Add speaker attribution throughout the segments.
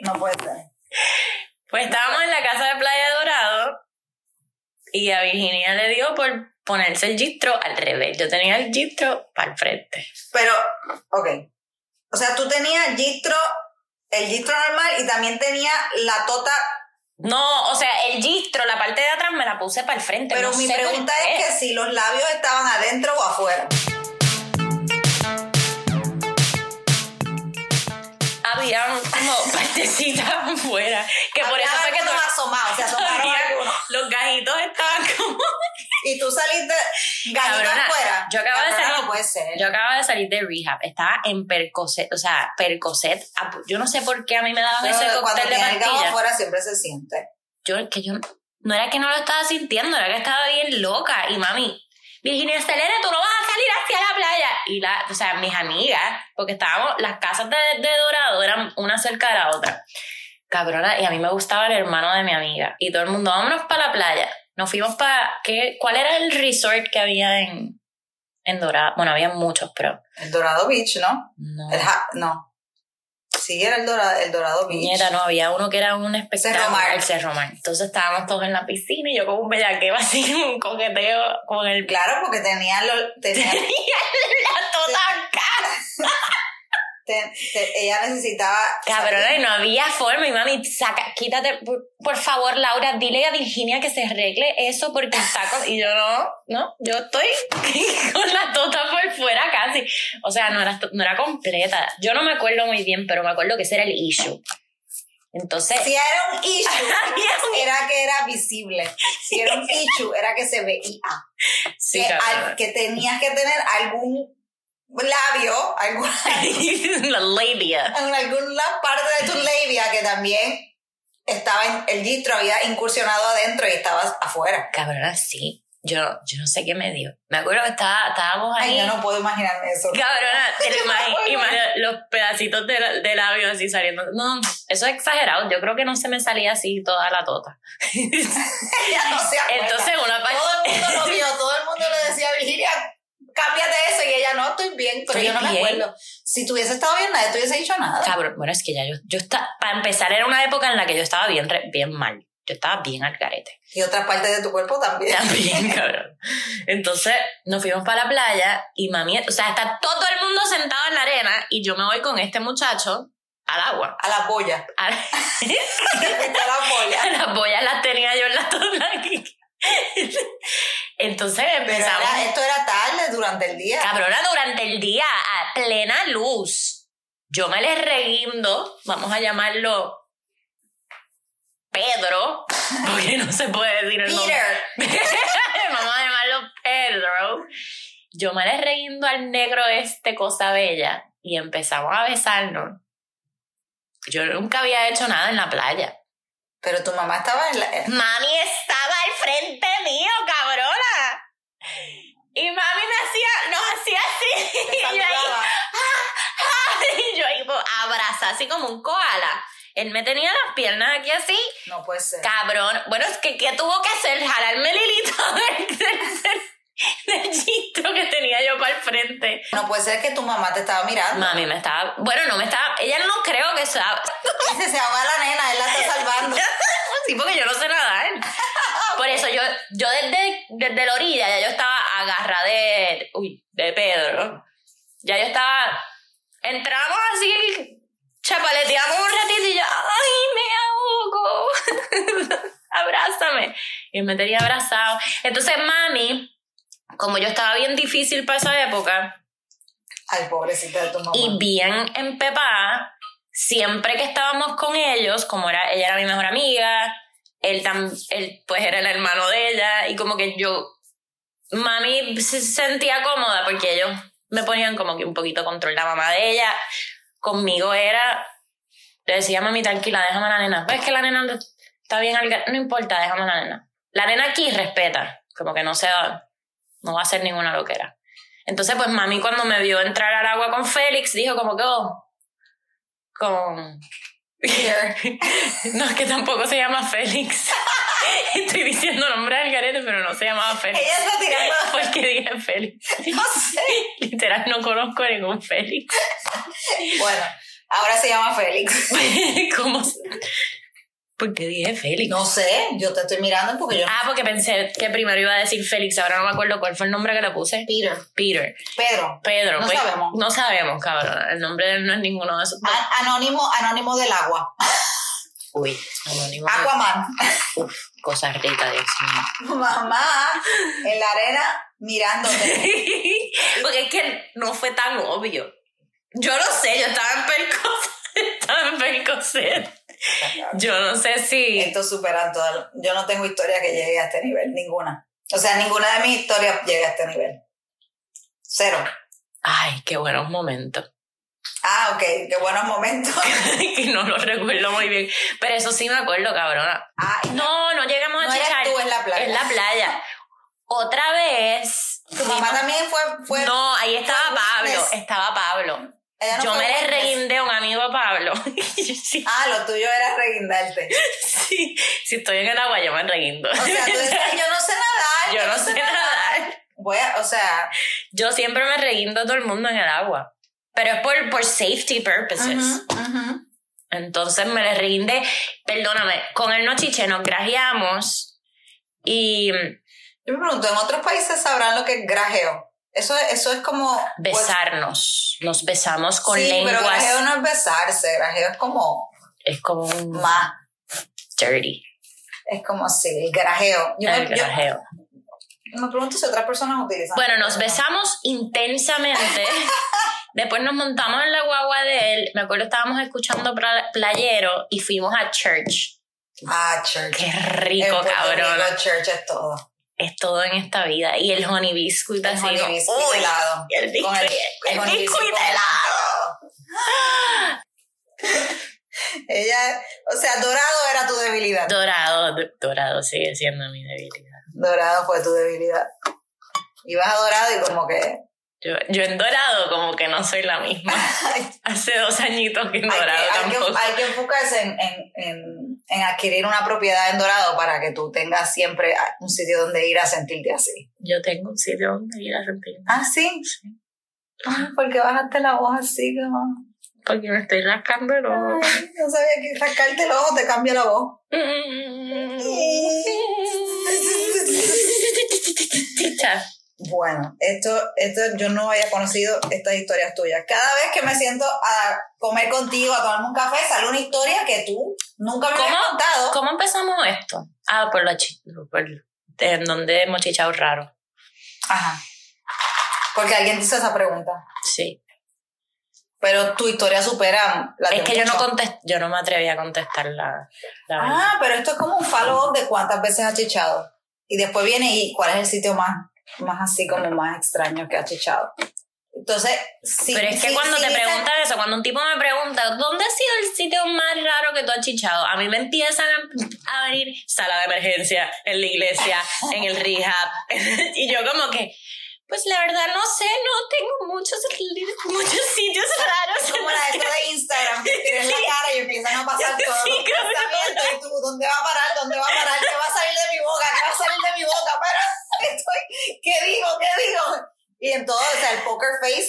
Speaker 1: no puede ser.
Speaker 2: Pues estábamos en la casa de Playa Dorado y a Virginia le dio por ponerse el gistro al revés. Yo tenía el gistro para el frente.
Speaker 1: Pero, ok. O sea, tú tenías gistro, el gistro normal y también tenía la tota.
Speaker 2: No, o sea, el gistro, la parte de atrás me la puse para el frente.
Speaker 1: Pero
Speaker 2: no
Speaker 1: mi
Speaker 2: sé por
Speaker 1: pregunta
Speaker 2: qué.
Speaker 1: es que si los labios estaban adentro o afuera.
Speaker 2: había como partecitas afuera. Que por
Speaker 1: Había
Speaker 2: eso fue que
Speaker 1: algunos
Speaker 2: to-
Speaker 1: asomados, se asomaron
Speaker 2: todavía
Speaker 1: algunos.
Speaker 2: los gajitos estaban como.
Speaker 1: Y tú saliste gallito
Speaker 2: Cabrona,
Speaker 1: afuera.
Speaker 2: yo acabo de
Speaker 1: Cabrona,
Speaker 2: salir-
Speaker 1: No puede ser.
Speaker 2: Yo acababa de salir de rehab, estaba en Percocet, o sea, Percocet. a pu- Yo no sé por qué a mí me daban
Speaker 1: Pero
Speaker 2: ese
Speaker 1: cuando
Speaker 2: cóctel de
Speaker 1: tiene el gabo
Speaker 2: pastillas.
Speaker 1: afuera siempre se siente.
Speaker 2: Yo, que yo, no era que no lo estaba sintiendo, era que estaba bien loca. Y mami, Virginia Celere, tú no vas a salir hacia la playa. Y la, o sea, mis amigas, porque estábamos, las casas de, de Dorado eran una cerca de la otra. Cabrona, y a mí me gustaba el hermano de mi amiga. Y todo el mundo, vámonos para la playa. Nos fuimos para, ¿qué? ¿cuál era el resort que había en, en Dorado? Bueno, había muchos, pero...
Speaker 1: El Dorado Beach, ¿no?
Speaker 2: No.
Speaker 1: El ja- no. Sí, era el Dorado, el Dorado Beach.
Speaker 2: Puñeta, no, había uno que era un espectáculo.
Speaker 1: Cerro Mar.
Speaker 2: El Cerro Mar. Entonces estábamos todos en la piscina y yo con un bellaqueo así, un coqueteo con el plato
Speaker 1: Claro, porque tenía, lo, tenía
Speaker 2: tan caro.
Speaker 1: te- te- ella necesitaba.
Speaker 2: Cabrona,
Speaker 1: salir.
Speaker 2: y no había forma. Y mami, saca, quítate, por, por favor, Laura, dile a Virginia que se arregle eso porque está con... Y yo no, no, yo estoy con la tota por fuera casi. O sea, no era, no era completa. Yo no me acuerdo muy bien, pero me acuerdo que ese era el issue. Entonces,
Speaker 1: Si era un issue,
Speaker 2: Había un-
Speaker 1: era que era visible. Si era un issue, era que se veía.
Speaker 2: sí,
Speaker 1: que,
Speaker 2: cabrona.
Speaker 1: al- que tenías que tener algún labio, alguna,
Speaker 2: la labia.
Speaker 1: en alguna parte de tu labia que también estaba en el gistro, había incursionado adentro y estabas afuera.
Speaker 2: Cabrona, sí. Yo, yo no sé qué me dio. Me acuerdo que estaba, estábamos ahí.
Speaker 1: Ay, yo no puedo imaginarme eso.
Speaker 2: Cabrona, te lo
Speaker 1: Yo no
Speaker 2: imagi-
Speaker 1: puedo
Speaker 2: imagina los pedacitos de, la- de labio así saliendo. No, eso es exagerado. Yo creo que no se me salía así toda la tota.
Speaker 1: Ella no se acuerda.
Speaker 2: Entonces, una parte.
Speaker 1: todo el mundo lo vio, todo el mundo le decía, Virginia, cámbiate eso. Y ella, no, estoy bien, pero
Speaker 2: Estoy
Speaker 1: yo no me
Speaker 2: bien.
Speaker 1: acuerdo. Si tuviese estado bien, nadie te hubiese dicho nada.
Speaker 2: Cabrón, bueno, es que ya yo, yo estaba. Para empezar, era una época en la que yo estaba bien, re- bien mal. Yo estaba bien al carete.
Speaker 1: Y otras partes de tu cuerpo también.
Speaker 2: También, cabrón. Entonces nos fuimos para la playa y mami, o sea, está todo el mundo sentado en la arena y yo me voy con este muchacho al agua.
Speaker 1: A la polla.
Speaker 2: A la,
Speaker 1: Fuiste a la polla.
Speaker 2: las boyas las tenía yo en la tonda aquí. Entonces
Speaker 1: Pero
Speaker 2: empezamos.
Speaker 1: era- esto era tarde, durante el día.
Speaker 2: Cabrona, durante el día, a plena luz, yo me les reguindo, vamos a llamarlo Pedro, porque no se puede decir el nombre.
Speaker 1: Peter.
Speaker 2: Vamos a llamarlo Pedro. Yo me le reguindo al negro este cosa bella y empezamos a besarnos. Yo nunca había hecho nada en la playa.
Speaker 1: Pero tu mamá estaba en la...
Speaker 2: Mami estaba al frente mío, cabrona. Y mami me hacía, nos hacía así.
Speaker 1: te
Speaker 2: Y yo ahí,
Speaker 1: saludaba.
Speaker 2: y yo ahí, pues, abrazada, así como un koala. Él me tenía las piernas aquí así,
Speaker 1: No puede ser.
Speaker 2: cabrón. Bueno, es que ¿qué tuvo que hacer? Jalarme el hilito del, del, del- del chistro que tenía yo para el frente.
Speaker 1: No puede ser que tu mamá te estaba mirando.
Speaker 2: Mami me estaba, bueno, no me estaba, ella no creo que estaba,
Speaker 1: Dice, se ahoga la nena, él la está salvando.
Speaker 2: Sí, porque yo no sé nadar. Por eso yo, yo desde, desde la orilla ya yo estaba agarrada de, uy, de Pedro. Ya yo estaba, entramos así, chapaleteamos un ratito y yo, ay, me ahogo. Abrázame. Y él me tenía abrazado. Entonces mami, como yo estaba bien difícil para esa época,
Speaker 1: Ay, pobrecita de tu mamá.
Speaker 2: y bien empepada, siempre que estábamos con ellos, como era, ella era mi mejor amiga, él, tam, él pues era el hermano de ella, y como que yo, mami se sentía cómoda porque ellos me ponían como que un poquito control la mamá de ella, conmigo era, le decía mami tranquila, déjame a la nena, ves que la nena no- está bien, al gar- no importa, déjame a la nena. La nena aquí respeta, como que no se va, no va a hacer ninguna loquera. Entonces, pues mami cuando me vio entrar al agua con Félix, dijo como que, oh, con... no, es que tampoco se llama Félix. Estoy diciendo nombre al garete, pero no se llamaba Félix.
Speaker 1: Ella está tirando...
Speaker 2: Porque dije Félix.
Speaker 1: No sé.
Speaker 2: Literal, no conozco ningún Félix.
Speaker 1: Bueno, Ahora se llama Félix.
Speaker 2: ¿Cómo? se- ¿Por qué dije Félix?
Speaker 1: No sé, yo te estoy mirando porque yo...
Speaker 2: Ah, porque pensé que primero iba a decir Félix, ahora no me acuerdo cuál fue el nombre que le puse.
Speaker 1: Peter.
Speaker 2: Ah, Peter.
Speaker 1: Pedro.
Speaker 2: Pedro.
Speaker 1: No
Speaker 2: pues,
Speaker 1: sabemos.
Speaker 2: No sabemos, cabrón. El nombre de él no es ninguno de esos. dos.
Speaker 1: A- anónimo, anónimo del agua.
Speaker 2: Ah. Uy, anónimo.
Speaker 1: Aquaman.
Speaker 2: Uf, cosa rica, Dios mío.
Speaker 1: Mamá, en la arena, mirándote.
Speaker 2: Porque es que no fue tan obvio. Yo no sé, yo estaba en Percocet. Estaba en Percocet. Yo no sé si.
Speaker 1: Esto superan todo. Yo no tengo historia que llegue a este nivel, ninguna. O sea, ninguna de mis historias llega a este nivel. Cero.
Speaker 2: Ay, qué buenos momentos.
Speaker 1: Ah, ok, qué buenos momentos.
Speaker 2: que no lo recuerdo muy bien. Pero eso sí me acuerdo, cabrona.
Speaker 1: Ah, y
Speaker 2: No, no llegamos a
Speaker 1: no eres
Speaker 2: chichar.
Speaker 1: tú en la playa.
Speaker 2: En la playa. Otra vez.
Speaker 1: Tu mamá también fue... fue
Speaker 2: No, ahí estaba
Speaker 1: fue
Speaker 2: Pablo.
Speaker 1: witness.
Speaker 2: Estaba Pablo.
Speaker 1: ella no
Speaker 2: Yo
Speaker 1: fue
Speaker 2: me le
Speaker 1: witness.
Speaker 2: reguindé a un amigo a Pablo. sí,
Speaker 1: Ah, lo tuyo era reguindarte.
Speaker 2: sí. Si estoy en el agua, yo me reguindo.
Speaker 1: O sea, tú decías, yo no sé nadar.
Speaker 2: yo no sé nadar.
Speaker 1: Voy a, o sea,
Speaker 2: Yo siempre me reguindo a todo el mundo en el agua. Pero es por, por safety purposes.
Speaker 1: ujú, ujú.
Speaker 2: Entonces me le reguindé. Perdóname, con el no chiche nos grajeamos. Y
Speaker 1: yo me pregunto, ¿en otros países sabrán lo que es grajeo? Eso, es- eso es como... pues,
Speaker 2: besarnos. Nos besamos con
Speaker 1: sí, pero
Speaker 2: lenguas.
Speaker 1: grajeo no es besarse, grajeo es como
Speaker 2: Es como un
Speaker 1: más,
Speaker 2: dirty.
Speaker 1: es como sí, el grajeo. Yo,
Speaker 2: el
Speaker 1: me, yo
Speaker 2: grajeo.
Speaker 1: me pregunto si otras personas utilizan.
Speaker 2: Bueno, nos besamos intensamente. Después nos montamos en la guagua de él. Me acuerdo estábamos escuchando pla- playero y fuimos a church.
Speaker 1: Ah, church.
Speaker 2: Qué
Speaker 1: En
Speaker 2: rico,
Speaker 1: Puerto
Speaker 2: cabrón.
Speaker 1: Rico, church es todo.
Speaker 2: Es todo en esta vida. Y el honey biscuit
Speaker 1: El
Speaker 2: así.
Speaker 1: honey
Speaker 2: como,
Speaker 1: biscuit
Speaker 2: uy,
Speaker 1: helado.
Speaker 2: y el
Speaker 1: Con el-
Speaker 2: biscuit, el,
Speaker 1: el honey
Speaker 2: biscuit
Speaker 1: biscuit con-
Speaker 2: helado.
Speaker 1: Ella, o sea, dorado era tu debilidad.
Speaker 2: Dorado, d- dorado sigue siendo mi debilidad.
Speaker 1: Dorado fue tu debilidad. Ibas a dorado y como que...
Speaker 2: Yo, yo en dorado como que no soy la misma. Hace dos añitos que en
Speaker 1: Hay que-
Speaker 2: dorado
Speaker 1: hay que,
Speaker 2: tampoco.
Speaker 1: hay que enfocarse en, en- en- en adquirir una propiedad en Dorado para que tú tengas siempre a- un sitio donde ir a sentirte así.
Speaker 2: Yo tengo un sitio donde ir a sentirme.
Speaker 1: ¿Ah, sí? Ay, ¿Por qué bajaste la voz así? mamá?
Speaker 2: Porque me estoy rascando el ojo.
Speaker 1: Ay, no sabía que rascarte los ojos te cambia la voz.
Speaker 2: Chicha.
Speaker 1: Bueno, esto, esto yo no había conocido estas historias tuyas. Cada vez que me siento a comer contigo, a tomarme un café, sale una historia que tú nunca me
Speaker 2: ¿Cómo?
Speaker 1: habías contado.
Speaker 2: ¿Cómo empezamos esto? Ah, por la chi- por en donde hemos chichado raro.
Speaker 1: Ajá. Porque alguien te hizo esa pregunta.
Speaker 2: Sí.
Speaker 1: Pero tu historia supera la de
Speaker 2: Es que yo no
Speaker 1: mucho.
Speaker 2: contest, yo no me atreví a contestar la, la verdad.
Speaker 1: Ah, pero esto es como un follow-up de cuántas veces has chichado. Y después viene y cuál es el sitio más, más así como más extraño que has chichado. Entonces, sí.
Speaker 2: Pero es que
Speaker 1: sí,
Speaker 2: cuando
Speaker 1: sí
Speaker 2: te
Speaker 1: dicen-
Speaker 2: preguntan eso, cuando un tipo me pregunta, ¿dónde ha sido el sitio más raro que tú has chichado? A mí me empiezan a, a venir sala de emergencia, en la iglesia, en el rehab. y yo como que, pues la verdad no sé, no tengo muchos, muchos sitios
Speaker 1: Es
Speaker 2: raros.
Speaker 1: como la de esto de Instagram, que tienes la cara y empiezan a pasar
Speaker 2: Sí,
Speaker 1: todos los
Speaker 2: cabrón.
Speaker 1: pensamientos. Y tú, ¿dónde va a parar? ¿Dónde va a parar? ¿Qué va a salir de mi boca? ¿Qué va a salir de mi boca? Pero estoy, ¿qué digo? ¿Qué digo? Y en todo, o sea, el poker face,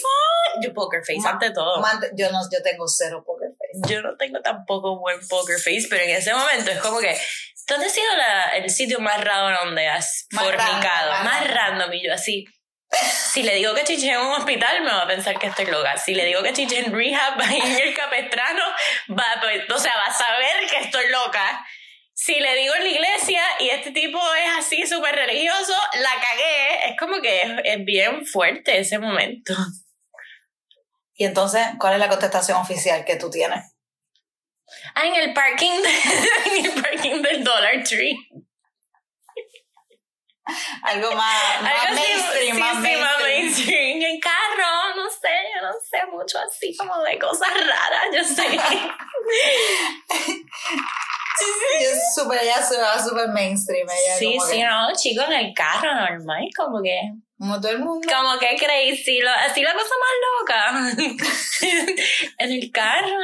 Speaker 2: Yo poker face
Speaker 1: Ma-
Speaker 2: ante todo.
Speaker 1: mant- yo no, yo tengo cero poker face.
Speaker 2: yo no tengo tampoco buen poker face, pero en ese momento es como que, ¿dónde ha sido la- el sitio más raro donde has
Speaker 1: Más
Speaker 2: fornicado?
Speaker 1: random, más
Speaker 2: más random, y yo así. Si le digo que chiché en un hospital, me va a pensar que estoy loca. Si le digo que chiché en rehab, ahí en el capestrano, va, a pe- o sea, va a saber que estoy loca. Si le digo en la iglesia y este tipo es así súper religioso, la cagué. Es como que es, es bien fuerte ese momento.
Speaker 1: Y entonces, ¿cuál es la contestación oficial que tú tienes?
Speaker 2: Ah, en el parking, en el parking del Dollar Tree.
Speaker 1: Algo más, más
Speaker 2: Algo así,
Speaker 1: mainstream,
Speaker 2: sí,
Speaker 1: más
Speaker 2: sí,
Speaker 1: mainstream.
Speaker 2: más mainstream. En carro, no sé, yo no sé mucho así como de cosas raras, yo sé.
Speaker 1: Y es súper, ella se va súper mainstream. Ella
Speaker 2: sí,
Speaker 1: como
Speaker 2: sí,
Speaker 1: que,
Speaker 2: no, chico, en el carro normal, como que,
Speaker 1: Como todo el mundo.
Speaker 2: como que crazy, lo- así la cosa más loca. en el carro.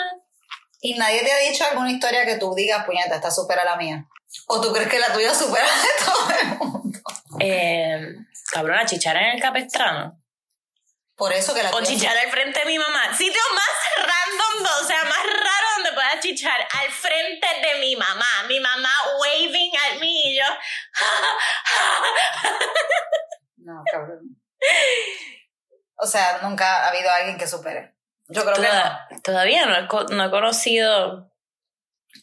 Speaker 1: Y nadie te ha dicho alguna historia que tú digas, puñeta, esta supera la mía. O tú crees que la tuya supera la de todo el mundo.
Speaker 2: em, Eh, cabrón, a chichar en el capestrano.
Speaker 1: Por eso que la
Speaker 2: O
Speaker 1: tía-
Speaker 2: chichar al frente de mi mamá. Sitio más random, o sea, más raro donde pueda chichar. Al frente de mi mamá. Mi mamá waving at me y yo.
Speaker 1: No, cabrón. O sea, nunca ha habido alguien que supere. Yo creo
Speaker 2: Toda- todavía no he, co- no he conocido.
Speaker 1: que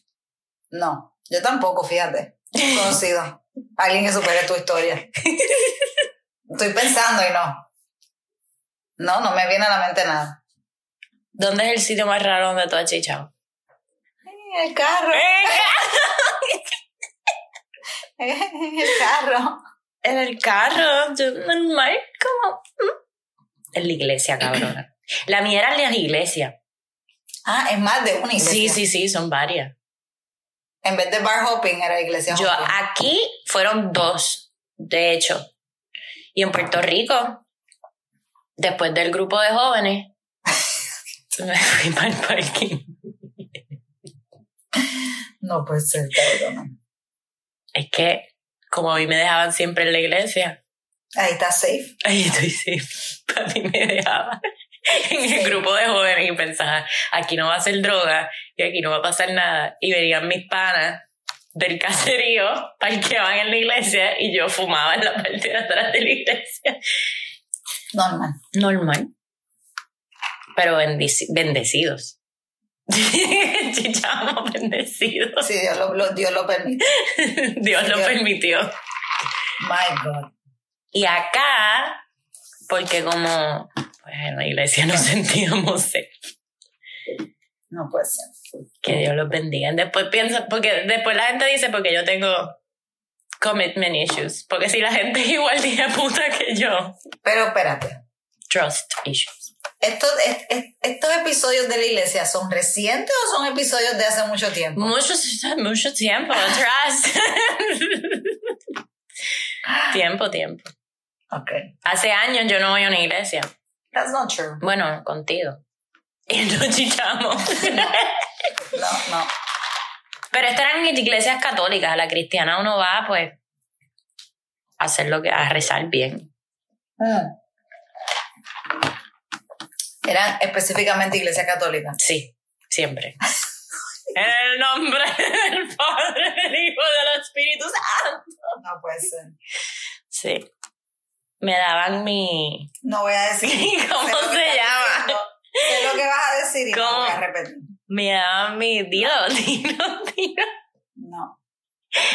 Speaker 1: no. No, yo tampoco, fíjate. He conocido. alguien que supere tu historia. Estoy pensando y no. No, no me viene a la mente nada.
Speaker 2: ¿Dónde es el sitio más raro donde tú has chichado?
Speaker 1: Eh, El carro. El carro.
Speaker 2: En el carro, yo normal, como. mm. En la iglesia, cabrona. La mía era en la iglesia.
Speaker 1: Ah, es más de una iglesia.
Speaker 2: Sí, sí, sí, son varias.
Speaker 1: En vez de bar hopping era iglesia
Speaker 2: Yo
Speaker 1: hopping.
Speaker 2: aquí fueron dos, de hecho. Y en Puerto Rico, después del grupo de jóvenes, me fui para el parking.
Speaker 1: No pues, puede ser, cabrón.
Speaker 2: Es que, como a mí me dejaban siempre en la iglesia,
Speaker 1: Ahí está safe.
Speaker 2: ahí estoy safe. Para mí me dejaban en el
Speaker 1: Sí.
Speaker 2: grupo de jóvenes y pensaba, aquí no va a ser droga y aquí no va a pasar nada. Y venían mis panas del caserío, parqueaban en la iglesia y yo fumaba en la parte de atrás de la iglesia.
Speaker 1: Normal.
Speaker 2: Normal. Pero bendici- bendecidos. Chichamos bendecidos.
Speaker 1: Si Dios lo, lo- Dios lo permite.
Speaker 2: Dios lo
Speaker 1: Dios.
Speaker 2: permitió.
Speaker 1: My God.
Speaker 2: Y acá, porque como pues, en la iglesia nos sentíamos safe,
Speaker 1: No puede ser.
Speaker 2: que Dios los bendiga. Después piensa, porque después la gente dice, porque yo tengo commitment issues. Porque si la gente es igual de hija puta que yo,
Speaker 1: Pero espérate.
Speaker 2: trust issues.
Speaker 1: ¿Estos, es- es- ¿Estos episodios de la iglesia son recientes o son episodios de hace mucho tiempo?
Speaker 2: Muchos, mucho tiempo atrás. tiempo, tiempo.
Speaker 1: Ok.
Speaker 2: Hace años yo no voy a una iglesia.
Speaker 1: That's not true.
Speaker 2: Bueno, contigo. Y no chichamos.
Speaker 1: No, no.
Speaker 2: Pero estas eran iglesias católicas. A la cristiana uno va, pues, a hacer lo que, a rezar bien.
Speaker 1: Mm. Eran específicamente iglesia católica.
Speaker 2: Sí, siempre. En el nombre del Padre, del Hijo, del Espíritu Santo.
Speaker 1: No puede ser.
Speaker 2: Sí. Me daban mi.
Speaker 1: No voy a decir.
Speaker 2: ¿Cómo
Speaker 1: Sé lo que
Speaker 2: se
Speaker 1: estás
Speaker 2: llama?
Speaker 1: diciendo. Sé lo que vas a decir y no
Speaker 2: ¿Cómo?
Speaker 1: voy a repetir.
Speaker 2: Me daban mi. Dilo, dilo, dilo.
Speaker 1: No.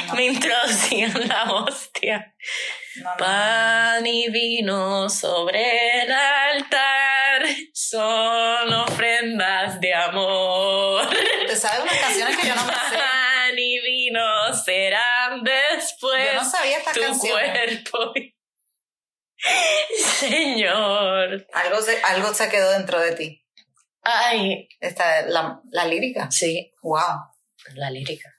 Speaker 1: No,
Speaker 2: Me introducían la hostia.
Speaker 1: no, no.
Speaker 2: Pan y vino sobre el altar son ofrendas de amor.
Speaker 1: Te sabes unas canciones que yo no me sé.
Speaker 2: Pan y vino serán después
Speaker 1: Yo no sabía estas
Speaker 2: tu
Speaker 1: canciones.
Speaker 2: cuerpo. Señor.
Speaker 1: Algo se, algo se quedó dentro de ti.
Speaker 2: Ay,
Speaker 1: Esta, la, la lírica.
Speaker 2: sí,
Speaker 1: Wow.
Speaker 2: la lírica.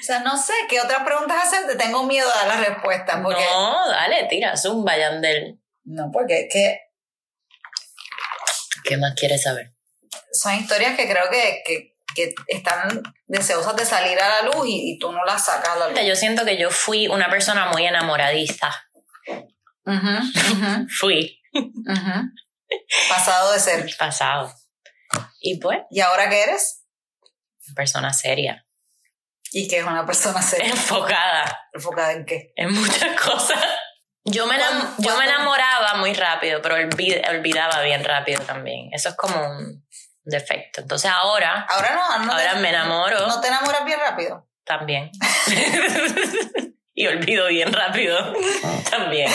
Speaker 1: O sea, no sé qué otras preguntas hacerte. Tengo miedo a dar la respuesta. Porque,
Speaker 2: No, dale, tira, zumba, Yandel.
Speaker 1: no. porque es que
Speaker 2: ¿Qué más quieres saber?
Speaker 1: son historias que creo que, que, que están deseosas de salir a la luz y, y tú no las sacas a la luz.
Speaker 2: Yo siento que yo fui una persona muy enamoradiza.
Speaker 1: Ujú, ujú,
Speaker 2: Fui,
Speaker 1: ujú. Pasado de ser.
Speaker 2: pasado. Y pues,
Speaker 1: ¿Y ahora qué eres?
Speaker 2: persona seria,
Speaker 1: Y que es una persona seria.
Speaker 2: enfocada
Speaker 1: ¿Enfocada en qué?
Speaker 2: en muchas cosas. Yo me,
Speaker 1: ¿Cuán-
Speaker 2: enam- yo me
Speaker 1: cuánto-
Speaker 2: enamoraba muy rápido, pero olvid- olvidaba bien rápido también. Eso es como un defecto. Entonces ahora
Speaker 1: Ahora no. ahora no
Speaker 2: Ahora me enamoro.
Speaker 1: ¿No te enamoras bien rápido?
Speaker 2: también. y olvido bien rápido
Speaker 1: Ah.
Speaker 2: también.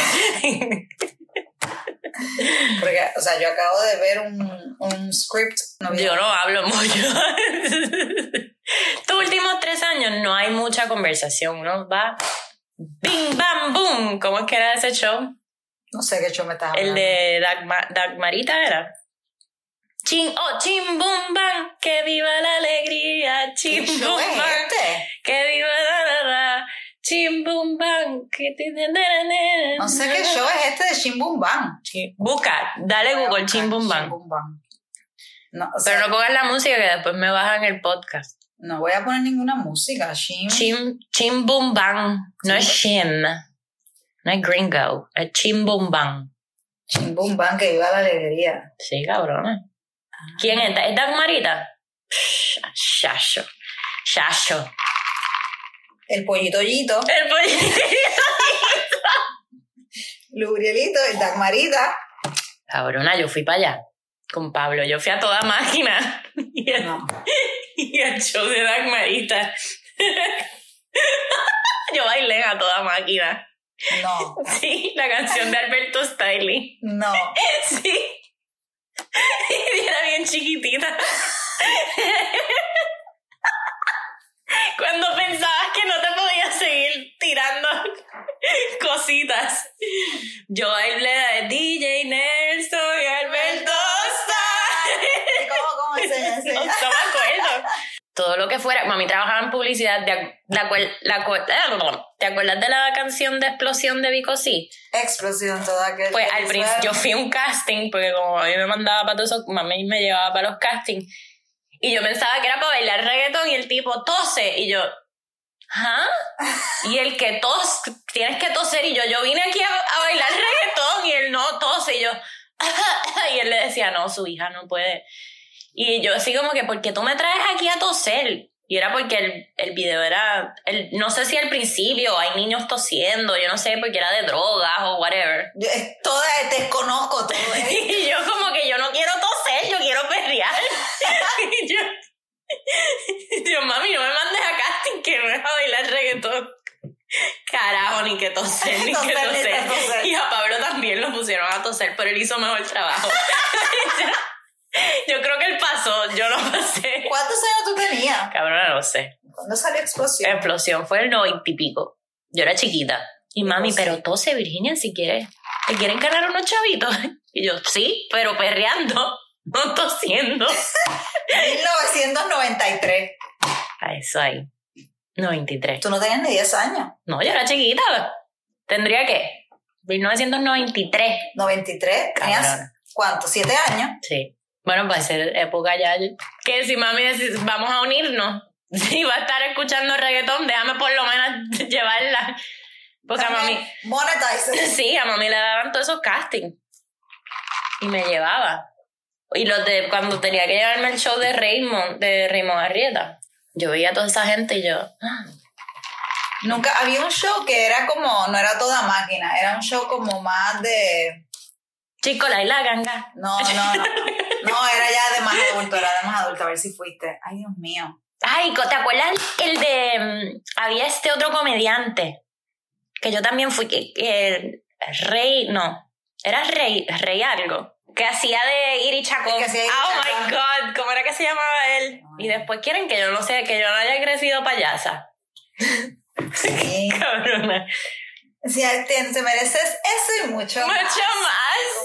Speaker 1: Porque, o sea, yo acabo de ver un, un script. No vi-
Speaker 2: Yo no hablo mucho. Estos últimos tres años no hay mucha conversación, ¿no? Va. Bing, bam, boom. ¿Cómo es que era ese show?
Speaker 1: no sé qué show me estás hablando.
Speaker 2: El de Dagma- Dagmarita era. Chin, oh, chin, bum, bam, que viva la alegría. Chin,
Speaker 1: ¿Qué show
Speaker 2: bum,
Speaker 1: es
Speaker 2: bam,
Speaker 1: este?
Speaker 2: que viva la, la, la. Chin, bum, bam, que te na, na, na, na.
Speaker 1: No sé qué show es este de Chimbum Bang.
Speaker 2: Chin- Busca, dale Google, chin, bum, bam.
Speaker 1: No, o sea,
Speaker 2: Pero no pongas la música que después me bajan el podcast.
Speaker 1: no, voy a poner ninguna música. Shim.
Speaker 2: Chin, chin, bum, bam. No es chin. No es gringo, es chimbombán.
Speaker 1: Chimbumban que iba a la alegría.
Speaker 2: Sí, cabrona. ¿Quién es? ¿Es Dagmarita? Psh, ah, Chacho. Chacho.
Speaker 1: El pollito Yito,
Speaker 2: El pollito.
Speaker 1: Lubrielito, el Dagmarita.
Speaker 2: Cabrona, yo fui para allá con Pablo. Yo fui a toda máquina. Y el,
Speaker 1: No.
Speaker 2: y el show de Dagmarita. yo bailé a toda máquina.
Speaker 1: No.
Speaker 2: Sí, la canción de Alberto Stiley.
Speaker 1: No.
Speaker 2: Sí. Y era bien chiquitita. Cuando pensabas que no te podías seguir tirando cositas. Yo hablé de DJ Nelson y Alberto Sá.
Speaker 1: ¿Cómo, cómo? Enseña,
Speaker 2: No, no me
Speaker 1: enseña.
Speaker 2: acuerdo. Todo lo que fuera. Mami trabajaba en publicidad. ¿Te, ac- la cual- la cual- ¿te acuerdas de la canción de explosión de Vico Sí?
Speaker 1: Explosión toda que.
Speaker 2: Pues al principio yo fui a un casting, porque como a mí me mandaba para todos esos, mami me llevaba para los castings. Y yo pensaba que era para bailar reggaetón y el tipo tose. Y yo, ¿ah? Y el que tos, tienes que toser. Y yo, yo vine aquí a, a bailar reggaetón y él no tose. Y yo, y él le decía, no, su hija no puede. Y yo así como que, ¿por qué tú me traes aquí a toser? Y era porque el, el video era, el, no sé si al principio hay niños tosiendo, yo no sé, porque era de drogas o whatever.
Speaker 1: Yo, es- toda, desconozco todo. ¿eh?
Speaker 2: Y yo como que yo no quiero toser, yo quiero perrear. y yo, y yo, mami, no me mandes a casting que no es a bailar reggaetón. Carajo, ni que toser, ni que
Speaker 1: Toser, ni que
Speaker 2: toser.
Speaker 1: toser.
Speaker 2: Y a Pablo también lo pusieron a toser, pero él hizo mejor trabajo. yo creo que él pasó, yo no pasé.
Speaker 1: ¿Cuántos años tú tenías?
Speaker 2: Cabrón, no sé.
Speaker 1: ¿Cuándo salió Explosión?
Speaker 2: Em. Explosión fue el noventa y pico. Yo era chiquita. Y mami,
Speaker 1: Sí.
Speaker 2: pero tose, Virginia, si quieres. ¿Te quieren ganar unos chavitos? Y yo, sí, pero perreando, no tosiendo.
Speaker 1: 1993.
Speaker 2: A eso ahí. 93.
Speaker 1: Tú no tenías ni 10 años.
Speaker 2: No, yo era chiquita. ¿Tendría que? 1993.
Speaker 1: 93. Tenías,
Speaker 2: Cabrón.
Speaker 1: ¿cuánto? ¿7 años?
Speaker 2: Sí. Bueno, va a ser época ya. Que si mami decís, vamos a unirnos. Si va a estar escuchando reggaetón, déjame por lo menos llevarla. Porque a mami,
Speaker 1: Monetize.
Speaker 2: Sí, a mami le daban todos esos castings. Y me llevaba. Y los de cuando tenía que llevarme el show de Raymond, de Raymond Arrieta, yo veía a toda esa gente y yo, ah,
Speaker 1: Nunca, había un show que era como, no era toda máquina, era un show como más de...
Speaker 2: chico, la isla ganga.
Speaker 1: No, no, no. No, era ya de más adulto, era de más adulto, a ver si fuiste. Ay, Dios mío.
Speaker 2: Ay, co- ¿te acuerdas el de, mm, había este otro comediante, que yo también fui, que, que Rey, no, era Rey, Rey algo, que hacía de Iri Chacón.
Speaker 1: El que hacía Iri
Speaker 2: oh my
Speaker 1: Chacón.
Speaker 2: God, ¿cómo era que se llamaba él? Y después quieren que yo no sé, que yo no haya crecido payasa.
Speaker 1: Sí.
Speaker 2: Cabrona.
Speaker 1: Si a ti te mereces eso y mucho
Speaker 2: Mucho
Speaker 1: más.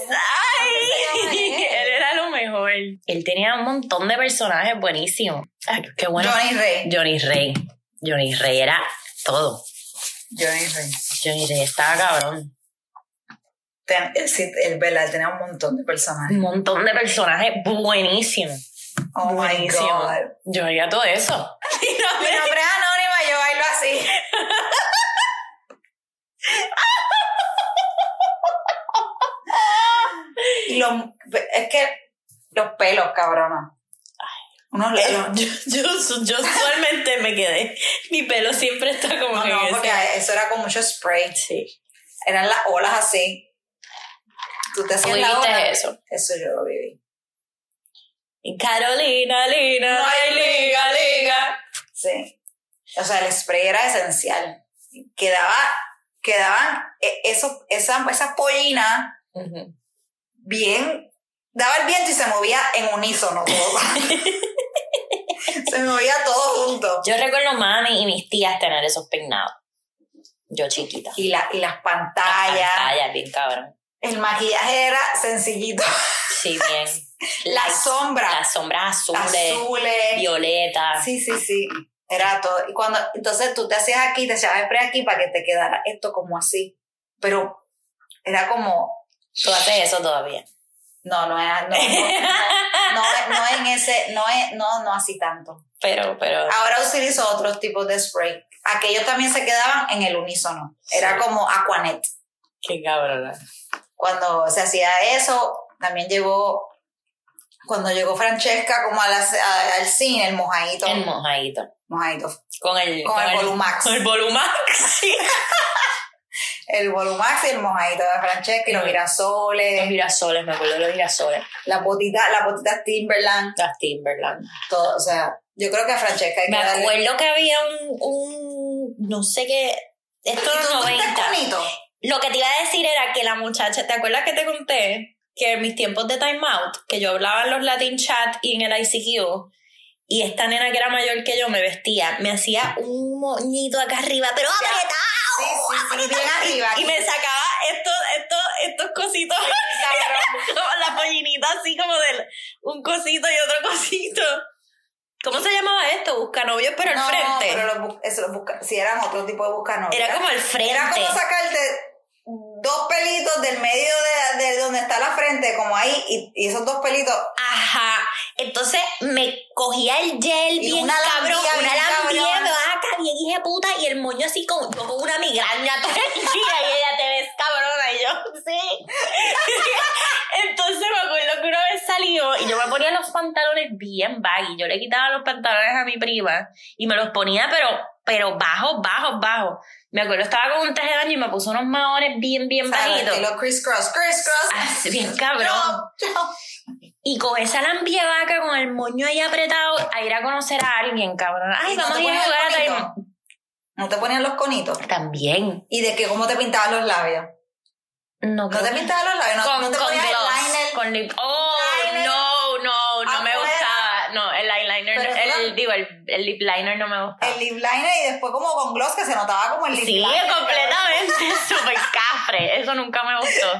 Speaker 2: más. ¡Ay!
Speaker 1: ¿Cómo?
Speaker 2: Él era lo mejor. Él tenía un montón de personajes buenísimos. Ay, qué bueno.
Speaker 1: Johnny Rey.
Speaker 2: Johnny Rey. Johnny Rey era todo.
Speaker 1: Johnny Rey.
Speaker 2: Johnny Rey estaba cabrón.
Speaker 1: Ten- eh, sí, el verdad, tenía un montón de personajes.
Speaker 2: Un montón de personajes buenísimos.
Speaker 1: Oh my
Speaker 2: Buenísimo.
Speaker 1: god.
Speaker 2: Yo veía todo eso. Y no
Speaker 1: Mi
Speaker 2: me-
Speaker 1: nombre es Anónima, yo bailo así. Y los- es que los pelos, cabrona. Unos
Speaker 2: yo,
Speaker 1: pelos.
Speaker 2: yo, yo usualmente me quedé. Mi pelo siempre está como
Speaker 1: No,
Speaker 2: que
Speaker 1: no,
Speaker 2: en
Speaker 1: porque
Speaker 2: ese-
Speaker 1: eso era con mucho spray.
Speaker 2: Sí.
Speaker 1: Eran las olas así. Tú te hacías la ola.
Speaker 2: ¿Viste eso?
Speaker 1: Eso yo lo viví.
Speaker 2: Y Carolina, Lina,
Speaker 1: No hay
Speaker 2: liga, liga.
Speaker 1: Sí. O sea, el spray era esencial. Quedaba, quedaban eh, esos, esa, esa pollina
Speaker 2: Ujú.
Speaker 1: bien, daba el viento y se movía en unísono todo. se movía todo junto.
Speaker 2: Yo recuerdo mami y mis tías tener esos peinados. Yo chiquita.
Speaker 1: Y, la, y las
Speaker 2: Las
Speaker 1: pantallas,
Speaker 2: pantallas, bien cabrón.
Speaker 1: el maquillaje era sencillito.
Speaker 2: Sí, bien.
Speaker 1: Las sombras,
Speaker 2: Las sombras azules,
Speaker 1: azules.
Speaker 2: violetas.
Speaker 1: Sí, sí, sí. Era todo. Y cuando, entonces tú te hacías aquí, te echabas spray aquí para que te quedara esto como así. Pero era como,
Speaker 2: Tú haces eso todavía.
Speaker 1: no, no era, no, no, no, no en ese, no, es- no, no así tanto.
Speaker 2: Pero, pero.
Speaker 1: Ahora utilizo otros tipos de spray. Aquellos también se quedaban en el unísono. Era
Speaker 2: Sí.
Speaker 1: como Aquanet.
Speaker 2: Qué cabrona.
Speaker 1: Cuando se hacía eso, también llegó, cuando llegó Francesca como a las- a- al cine, el mojadito.
Speaker 2: El mojadito.
Speaker 1: mojadito.
Speaker 2: Con el,
Speaker 1: Con el Volumax.
Speaker 2: Con el Volumax, sí.
Speaker 1: El Volumax y el mojadito de Francesca y los
Speaker 2: Mm. Los
Speaker 1: girasoles,
Speaker 2: girasoles, me acuerdo de los girasoles.
Speaker 1: las botitas, las botitas Timberland,
Speaker 2: Las Timberland.
Speaker 1: todo. O sea, yo creo que a Francesca hay que
Speaker 2: Me
Speaker 1: darle.
Speaker 2: acuerdo que había un, un no sé qué, esto
Speaker 1: ¿Y
Speaker 2: de los
Speaker 1: tú fuiste
Speaker 2: 90.
Speaker 1: conito?
Speaker 2: Lo que te iba a decir era que la muchacha, ¿te acuerdas que te conté que en mis tiempos de Time Out, que yo hablaba en los Latin Chat y en el ICQ, y esta nena que era mayor que yo me vestía, me hacía un moñito acá arriba, pero
Speaker 1: Ya.
Speaker 2: apretado,
Speaker 1: Sí, sí, sí, bien arriba.
Speaker 2: y me sacaba estos, estos, estos cositos, como la pollinita así como del un cosito y otro cosito. ¿Cómo se llamaba esto? Busca novios, pero al
Speaker 1: no,
Speaker 2: frente.
Speaker 1: pero los bu- eso, los busca- si eran otro tipo de buscanovia.
Speaker 2: Era como el frente.
Speaker 1: Era como sacarte dos pelitos del medio de, de donde está la frente, como ahí, y, y esos dos pelitos.
Speaker 2: Ajá. Entonces me cogía el gel
Speaker 1: Y
Speaker 2: bien
Speaker 1: una
Speaker 2: cabrón,
Speaker 1: lambía
Speaker 2: una
Speaker 1: bien
Speaker 2: lambía,
Speaker 1: cabrón.
Speaker 2: me acá bien hija de puta, y el moño así con, yo con una migraña todo el día, y ella te ves cabrona, y yo, sí. Entonces me acuerdo que una vez salió, y yo me ponía los pantalones bien baggy, yo le quitaba los pantalones a mi prima, y me los ponía, pero, pero bajos, bajos, bajos. Me acuerdo, estaba con un traje de baño y me puso unos maones bien, bien bajitos.
Speaker 1: Los criss cross, criss cross.
Speaker 2: Ah, sí, bien cabrón. Y con esa lambia vaca, con el moño ahí apretado, a ir a conocer a alguien, cabrón. Ay, vamos a ir a jugar a Time-
Speaker 1: No te ponían los conitos.
Speaker 2: También.
Speaker 1: Y de que cómo te pintabas los labios.
Speaker 2: No,
Speaker 1: No
Speaker 2: creo
Speaker 1: te
Speaker 2: que-
Speaker 1: pintabas los labios, no,
Speaker 2: con,
Speaker 1: no te
Speaker 2: con
Speaker 1: ponías
Speaker 2: gloss,
Speaker 1: eyeliner.
Speaker 2: Con lip. Oh,
Speaker 1: Eyeliner.
Speaker 2: no, no, no me
Speaker 1: Afuera.
Speaker 2: gustaba. No, el eyeliner,
Speaker 1: Pero
Speaker 2: el,
Speaker 1: eso no-
Speaker 2: digo, el, el lip liner no me gustaba.
Speaker 1: El lip liner y después como con gloss que se notaba como el lip
Speaker 2: Sí,
Speaker 1: liner.
Speaker 2: completamente súper cafre. Eso nunca me gustó.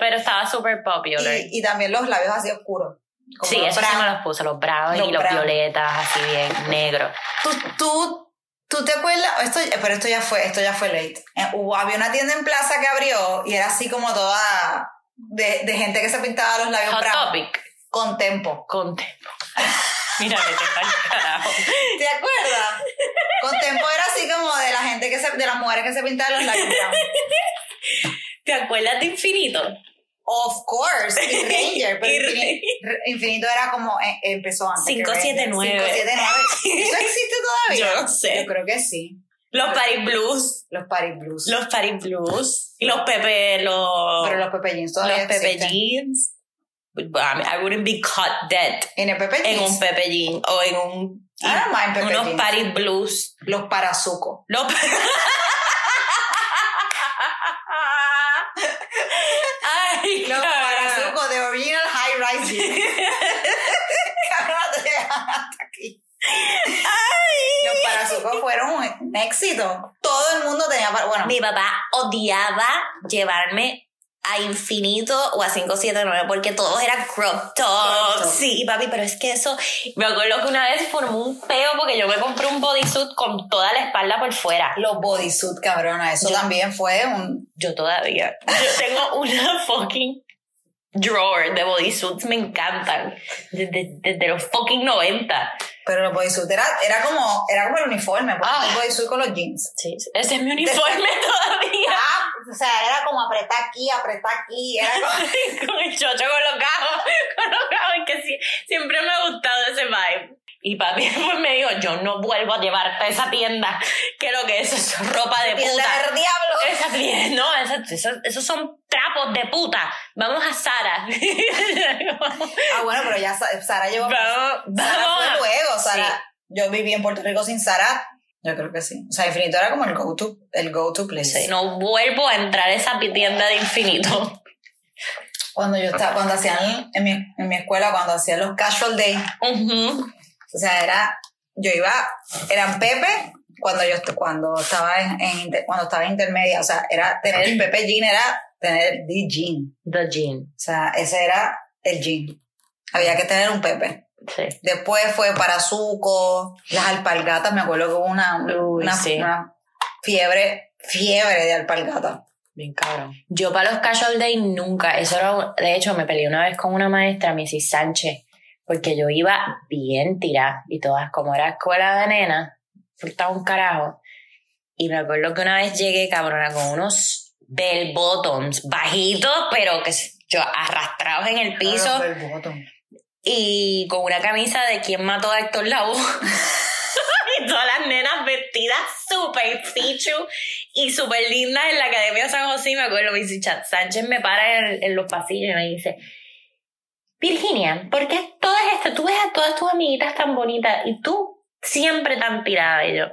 Speaker 2: Pero estaba súper popular.
Speaker 1: Y, y también los labios así oscuros. como
Speaker 2: sí,
Speaker 1: los
Speaker 2: eso sí
Speaker 1: brown.
Speaker 2: me los puse, los browns
Speaker 1: Los
Speaker 2: y los
Speaker 1: brown.
Speaker 2: violetas, así bien negro.
Speaker 1: ¿Tú, tú, tú te acuerdas? Esto, pero esto ya fue, esto ya fue late. Eh, hubo- había una tienda en plaza que abrió y era así como toda de, de gente que se pintaba los labios
Speaker 2: Hot
Speaker 1: brown,
Speaker 2: topic.
Speaker 1: con tempo.
Speaker 2: Conte. Mira, me está el carajo.
Speaker 1: ¿Te acuerdas? con tempo era así como de la gente que se, de las mujeres que se pintaban los labios brown.
Speaker 2: ¿Te acuerdas de Infinito?
Speaker 1: Of course, y Ranger, pero
Speaker 2: Y
Speaker 1: Infini- Re- Infinito era como eh, empezó antes. que Ranger.
Speaker 2: 579.
Speaker 1: 579. ¿Eso existe todavía?
Speaker 2: Yo no sé.
Speaker 1: Yo creo que sí.
Speaker 2: Los Paris Blues.
Speaker 1: Los Party Blues.
Speaker 2: Los Paris Blues. Y los Pepe, los,
Speaker 1: pero los Pepe Jeans
Speaker 2: los
Speaker 1: todavía
Speaker 2: Pepe
Speaker 1: existen.
Speaker 2: Jeans. I, mean, I wouldn't be caught dead
Speaker 1: En el Pepe
Speaker 2: en
Speaker 1: Jeans.
Speaker 2: un Pepe Jean o en un
Speaker 1: Ah, más en Pepe
Speaker 2: unos
Speaker 1: Jeans.
Speaker 2: Paris Blues.
Speaker 1: Los parazucos.
Speaker 2: Los Ay,
Speaker 1: Los
Speaker 2: cabrón.
Speaker 1: parazucos de Original High Rise Jeans. Cabrón, te llegan hasta aquí.
Speaker 2: Ay.
Speaker 1: Los parazucos fueron un éxito. Todo el mundo tenía para. Bueno,
Speaker 2: Mi papá odiaba llevarme a infinito o a 579 porque todos eran crop
Speaker 1: Crop top.
Speaker 2: tops. Sí, y papi, pero es que eso. Me acuerdo que una vez formó un peo porque yo me compré un bodysuit con toda la espalda por fuera.
Speaker 1: los bodysuit, cabrona. Eso también fue un.
Speaker 2: Yo todavía. Yo tengo una fucking drawer de bodysuits, me encantan. Desde, desde los fucking 90.
Speaker 1: Pero los bodysuit era, era, como, era como el uniforme. Porque
Speaker 2: Ah.
Speaker 1: el bodysuit con los jeans.
Speaker 2: Sí, ese es mi uniforme todavía.
Speaker 1: Ah, o sea, era como apretar aquí, apretar aquí. Era como-
Speaker 2: con el chocho colocado, colocado, y que sí, siempre me ha gustado ese vibe. Y papi después me dijo, yo no vuelvo a llevarte a esa tienda, que lo que eso es ropa de
Speaker 1: Tienda
Speaker 2: puta.
Speaker 1: del diablo.
Speaker 2: Esa tienda, no, esa- esos- esos son trapos de puta. Vamos a Sara. vamos,
Speaker 1: Ah, bueno, pero ya Sa- Sara llevó. Sara
Speaker 2: vamos.
Speaker 1: fue
Speaker 2: a-
Speaker 1: luego,
Speaker 2: Sí.
Speaker 1: Sara. Yo viví en Puerto Rico sin Sara. Yo creo que sí. O sea, Infinito era como el go-to, el go-to place.
Speaker 2: Sí, No vuelvo a entrar a esa tienda de infinito.
Speaker 1: Cuando yo estaba, cuando hacían en mi, en mi escuela, cuando hacían los casual day,
Speaker 2: Ujú.
Speaker 1: o sea, era, yo iba, eran Pepe cuando yo est- cuando estaba en, en inter- cuando estaba en intermedia, o sea, era tener el Pepe jean era tener the jean,
Speaker 2: The jean.
Speaker 1: o sea, ese era el jean. Había que tener un Pepe.
Speaker 2: Sí.
Speaker 1: Después fue Parazuco, las alpargatas, me acuerdo que hubo una,
Speaker 2: Uy,
Speaker 1: una,
Speaker 2: sí.
Speaker 1: una fiebre, fiebre de alpargatas.
Speaker 2: Bien cabrón. Yo para los casual day nunca, eso era, un- de hecho me peleé una vez con una maestra, Mrs. Sánchez, porque yo iba bien tirada y todas, como era escuela de nena, faltaba un carajo. Y me acuerdo que una vez llegué, cabrona, con unos bell bottoms, bajitos, pero que s- yo arrastrados en el piso
Speaker 1: Los bell bottom.
Speaker 2: y con una camisa de quién mató a Héctor Lavoe. y todas las nenas vestidas súper fichu y súper lindas en la Academia de San José. Y Me acuerdo, me dice, "Cha- Sánchez me para en, en los pasillos y me dice, Virginia, ¿por qué todas estas, tú ves a todas tus amiguitas tan bonitas y tú siempre tan tirada de ello?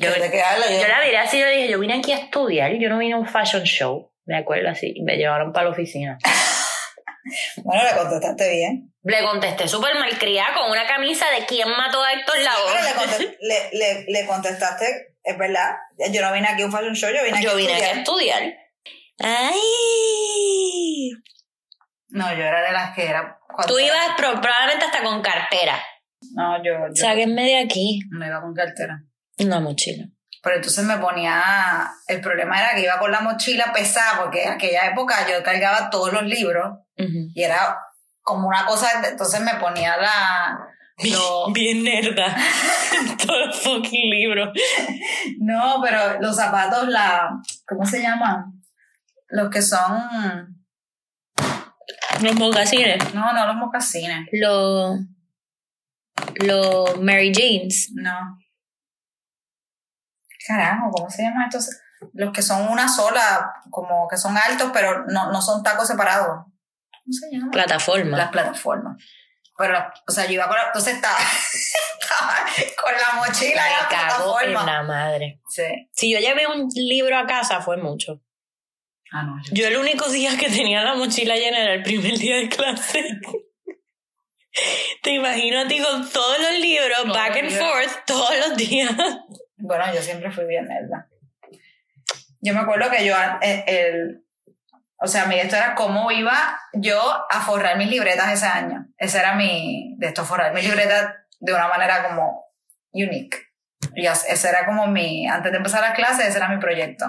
Speaker 2: Yo,
Speaker 1: ¿De qué habla?
Speaker 2: yo la miré así y yo dije, yo vine aquí a estudiar, yo no vine a un fashion show. Me acuerdo así, y me llevaron para la oficina.
Speaker 1: Bueno, la contestaste bien.
Speaker 2: Le contesté súper malcriada con una camisa de quién mató a Héctor
Speaker 1: Bueno, le,
Speaker 2: Lavoe.
Speaker 1: conte- le, le- le contestaste, es verdad. Yo no vine aquí a un fashion show, yo vine aquí
Speaker 2: Yo
Speaker 1: a
Speaker 2: vine aquí a
Speaker 1: estudiar.
Speaker 2: estudiar. ¡Ay!
Speaker 1: No, yo era de las que era... cuando-
Speaker 2: Tú ibas pro- probablemente hasta con cartera.
Speaker 1: No, yo, yo
Speaker 2: Sáquenme de aquí.
Speaker 1: no iba con cartera.
Speaker 2: Una mochila.
Speaker 1: Pero entonces me ponía, el problema era que iba con la mochila pesada, porque en aquella época yo cargaba todos los libros
Speaker 2: Ujú.
Speaker 1: y era como una cosa, entonces me ponía la... lo-
Speaker 2: Bien nerda. Todo el fucking libro.
Speaker 1: no, pero los zapatos, la... ¿Cómo se llaman? Los que son...
Speaker 2: Los mocasines.
Speaker 1: No, no los mocasines,
Speaker 2: Los. Los Mary Jeans.
Speaker 1: no. Carajo, ¿cómo se llaman estos? Los que son una sola, como que son altos, pero no, no son tacos separados. ¿Cómo se llaman?
Speaker 2: Plataforma.
Speaker 1: las plataformas. Pero, o sea, yo iba con la, entonces estaba, estaba con la mochila en la
Speaker 2: Me cago en
Speaker 1: plataforma.
Speaker 2: la madre.
Speaker 1: Sí.
Speaker 2: Si yo llevé un libro a casa fue mucho.
Speaker 1: Ah, no, yo-
Speaker 2: Yo el único día que tenía la mochila llena era el primer día de clase. Te imagino a ti con todos los libros,
Speaker 1: Todos
Speaker 2: back and
Speaker 1: los días.
Speaker 2: forth, todos los días.
Speaker 1: Bueno, yo siempre fui bien nerda. Yo me acuerdo que yo, an- el, el- o sea, mi esto era cómo iba yo a forrar mis libretas ese año. Ese era mi, de esto, forrar mis libretas de una manera como unique. Y as- ese era como mi, antes de empezar las clases, ese era mi proyecto.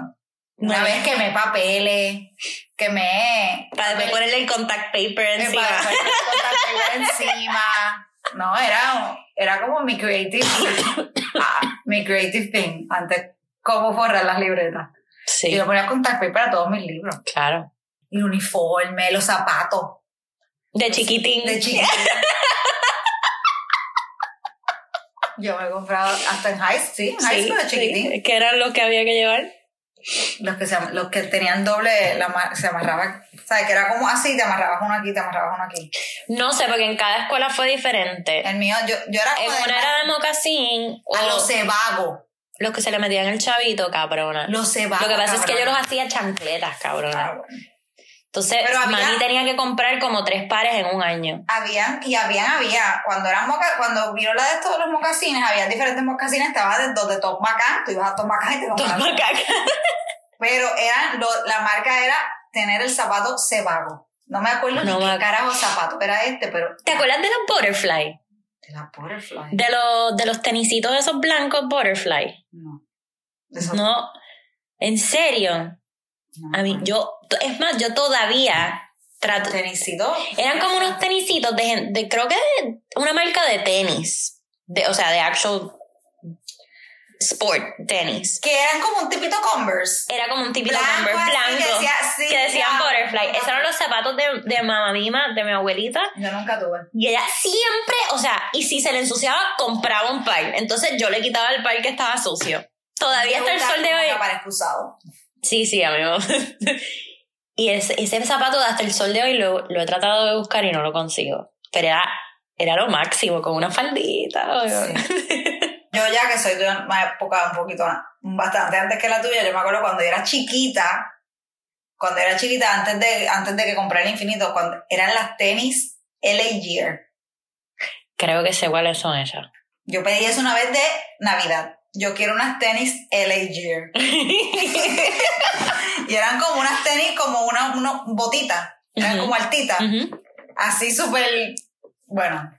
Speaker 1: Una vez que me papele, que me...
Speaker 2: Para después ponerle el contact paper
Speaker 1: Eh,
Speaker 2: encima.
Speaker 1: para hacer cosas que iban encima. No, era, era como mi creative ah, mi creative thing. Antes, cómo forrar las libretas. Y
Speaker 2: Sí,
Speaker 1: yo ponía contact paper para todos mis libros.
Speaker 2: claro.
Speaker 1: El uniforme, los zapatos.
Speaker 2: De chiquitín.
Speaker 1: De chiquita. Yo me he comprado hasta en high school, en high
Speaker 2: Sí,
Speaker 1: school de chiquitín.
Speaker 2: sí, que eran los que había que llevar.
Speaker 1: Los que, se am- los que tenían doble, la ma- se amarraba, ¿sabes? Que era como así, te amarrabas uno aquí, te amarrabas uno aquí.
Speaker 2: No sé, porque en cada escuela fue diferente.
Speaker 1: El mío, yo, yo era
Speaker 2: En
Speaker 1: como de-
Speaker 2: una era de mocasín o
Speaker 1: a los cebagos.
Speaker 2: los que se le metían el chavito, cabrona.
Speaker 1: Los cebagos.
Speaker 2: Lo que pasa es que yo
Speaker 1: cabrón.
Speaker 2: los hacía chancletas, cabrona.
Speaker 1: Ah, bueno.
Speaker 2: Entonces,
Speaker 1: Pero había-
Speaker 2: mami tenía que comprar como tres pares en un año.
Speaker 1: Habían, y habían, había, cuando eran moca, cuando vino la de todos los mocasines, habían diferentes mocasines, estaba de, donde Tom Bacán, tú ibas a Tom Bacán y te
Speaker 2: Dos
Speaker 1: comprabas.
Speaker 2: macacas.
Speaker 1: Pero eran, lo, la marca era tener el zapato cebago. No me acuerdo
Speaker 2: No
Speaker 1: ni
Speaker 2: me
Speaker 1: qué
Speaker 2: ac-
Speaker 1: carajo zapato era este, pero.
Speaker 2: ¿Te acuerdas de los butterfly?
Speaker 1: De la Butterfly.
Speaker 2: De los, de los tenisitos esos blancos butterfly.
Speaker 1: No. Eso-
Speaker 2: No, en serio.
Speaker 1: no me
Speaker 2: A mí,
Speaker 1: acuerdo.
Speaker 2: yo, es más, yo todavía trato.
Speaker 1: Tenisito.
Speaker 2: Eran como unos tenisitos de, gen- de creo que de una marca de tenis. De, o sea, de actual sport tenis.
Speaker 1: Que eran como un tipito Converse.
Speaker 2: Era como un típico
Speaker 1: Blanco,
Speaker 2: number
Speaker 1: así,
Speaker 2: blanco.
Speaker 1: que decía, sí,
Speaker 2: que decían
Speaker 1: ya.
Speaker 2: butterfly. Esos eran los zapatos de, de mamá mima, de mi abuelita.
Speaker 1: Yo nunca tuve.
Speaker 2: Y ella siempre, o sea, y si se le ensuciaba, compraba un par. Entonces yo le quitaba el par que estaba sucio. Todavía está el
Speaker 1: Nunca
Speaker 2: sol de
Speaker 1: tuve
Speaker 2: hoy.
Speaker 1: Para excusado.
Speaker 2: Sí, sí, amigo. y ese, ese zapato hasta el sol de hoy lo, lo he tratado de buscar y no lo consigo. Pero era, era lo máximo, con una faldita. amigo.
Speaker 1: Yo ya que soy de una época un poquito a- bastante antes que la tuya, yo me acuerdo cuando yo era chiquita, cuando era chiquita, antes de, antes de que comprara el infinito, cuando eran las tenis LA Gear.
Speaker 2: Creo que sé cuáles son esas.
Speaker 1: Yo pedí eso una vez de Navidad. Yo quiero unas tenis LA Gear. y eran como unas tenis, como una, una botita. Eran
Speaker 2: Ujú.
Speaker 1: como altitas.
Speaker 2: Ujú.
Speaker 1: Así súper, bueno,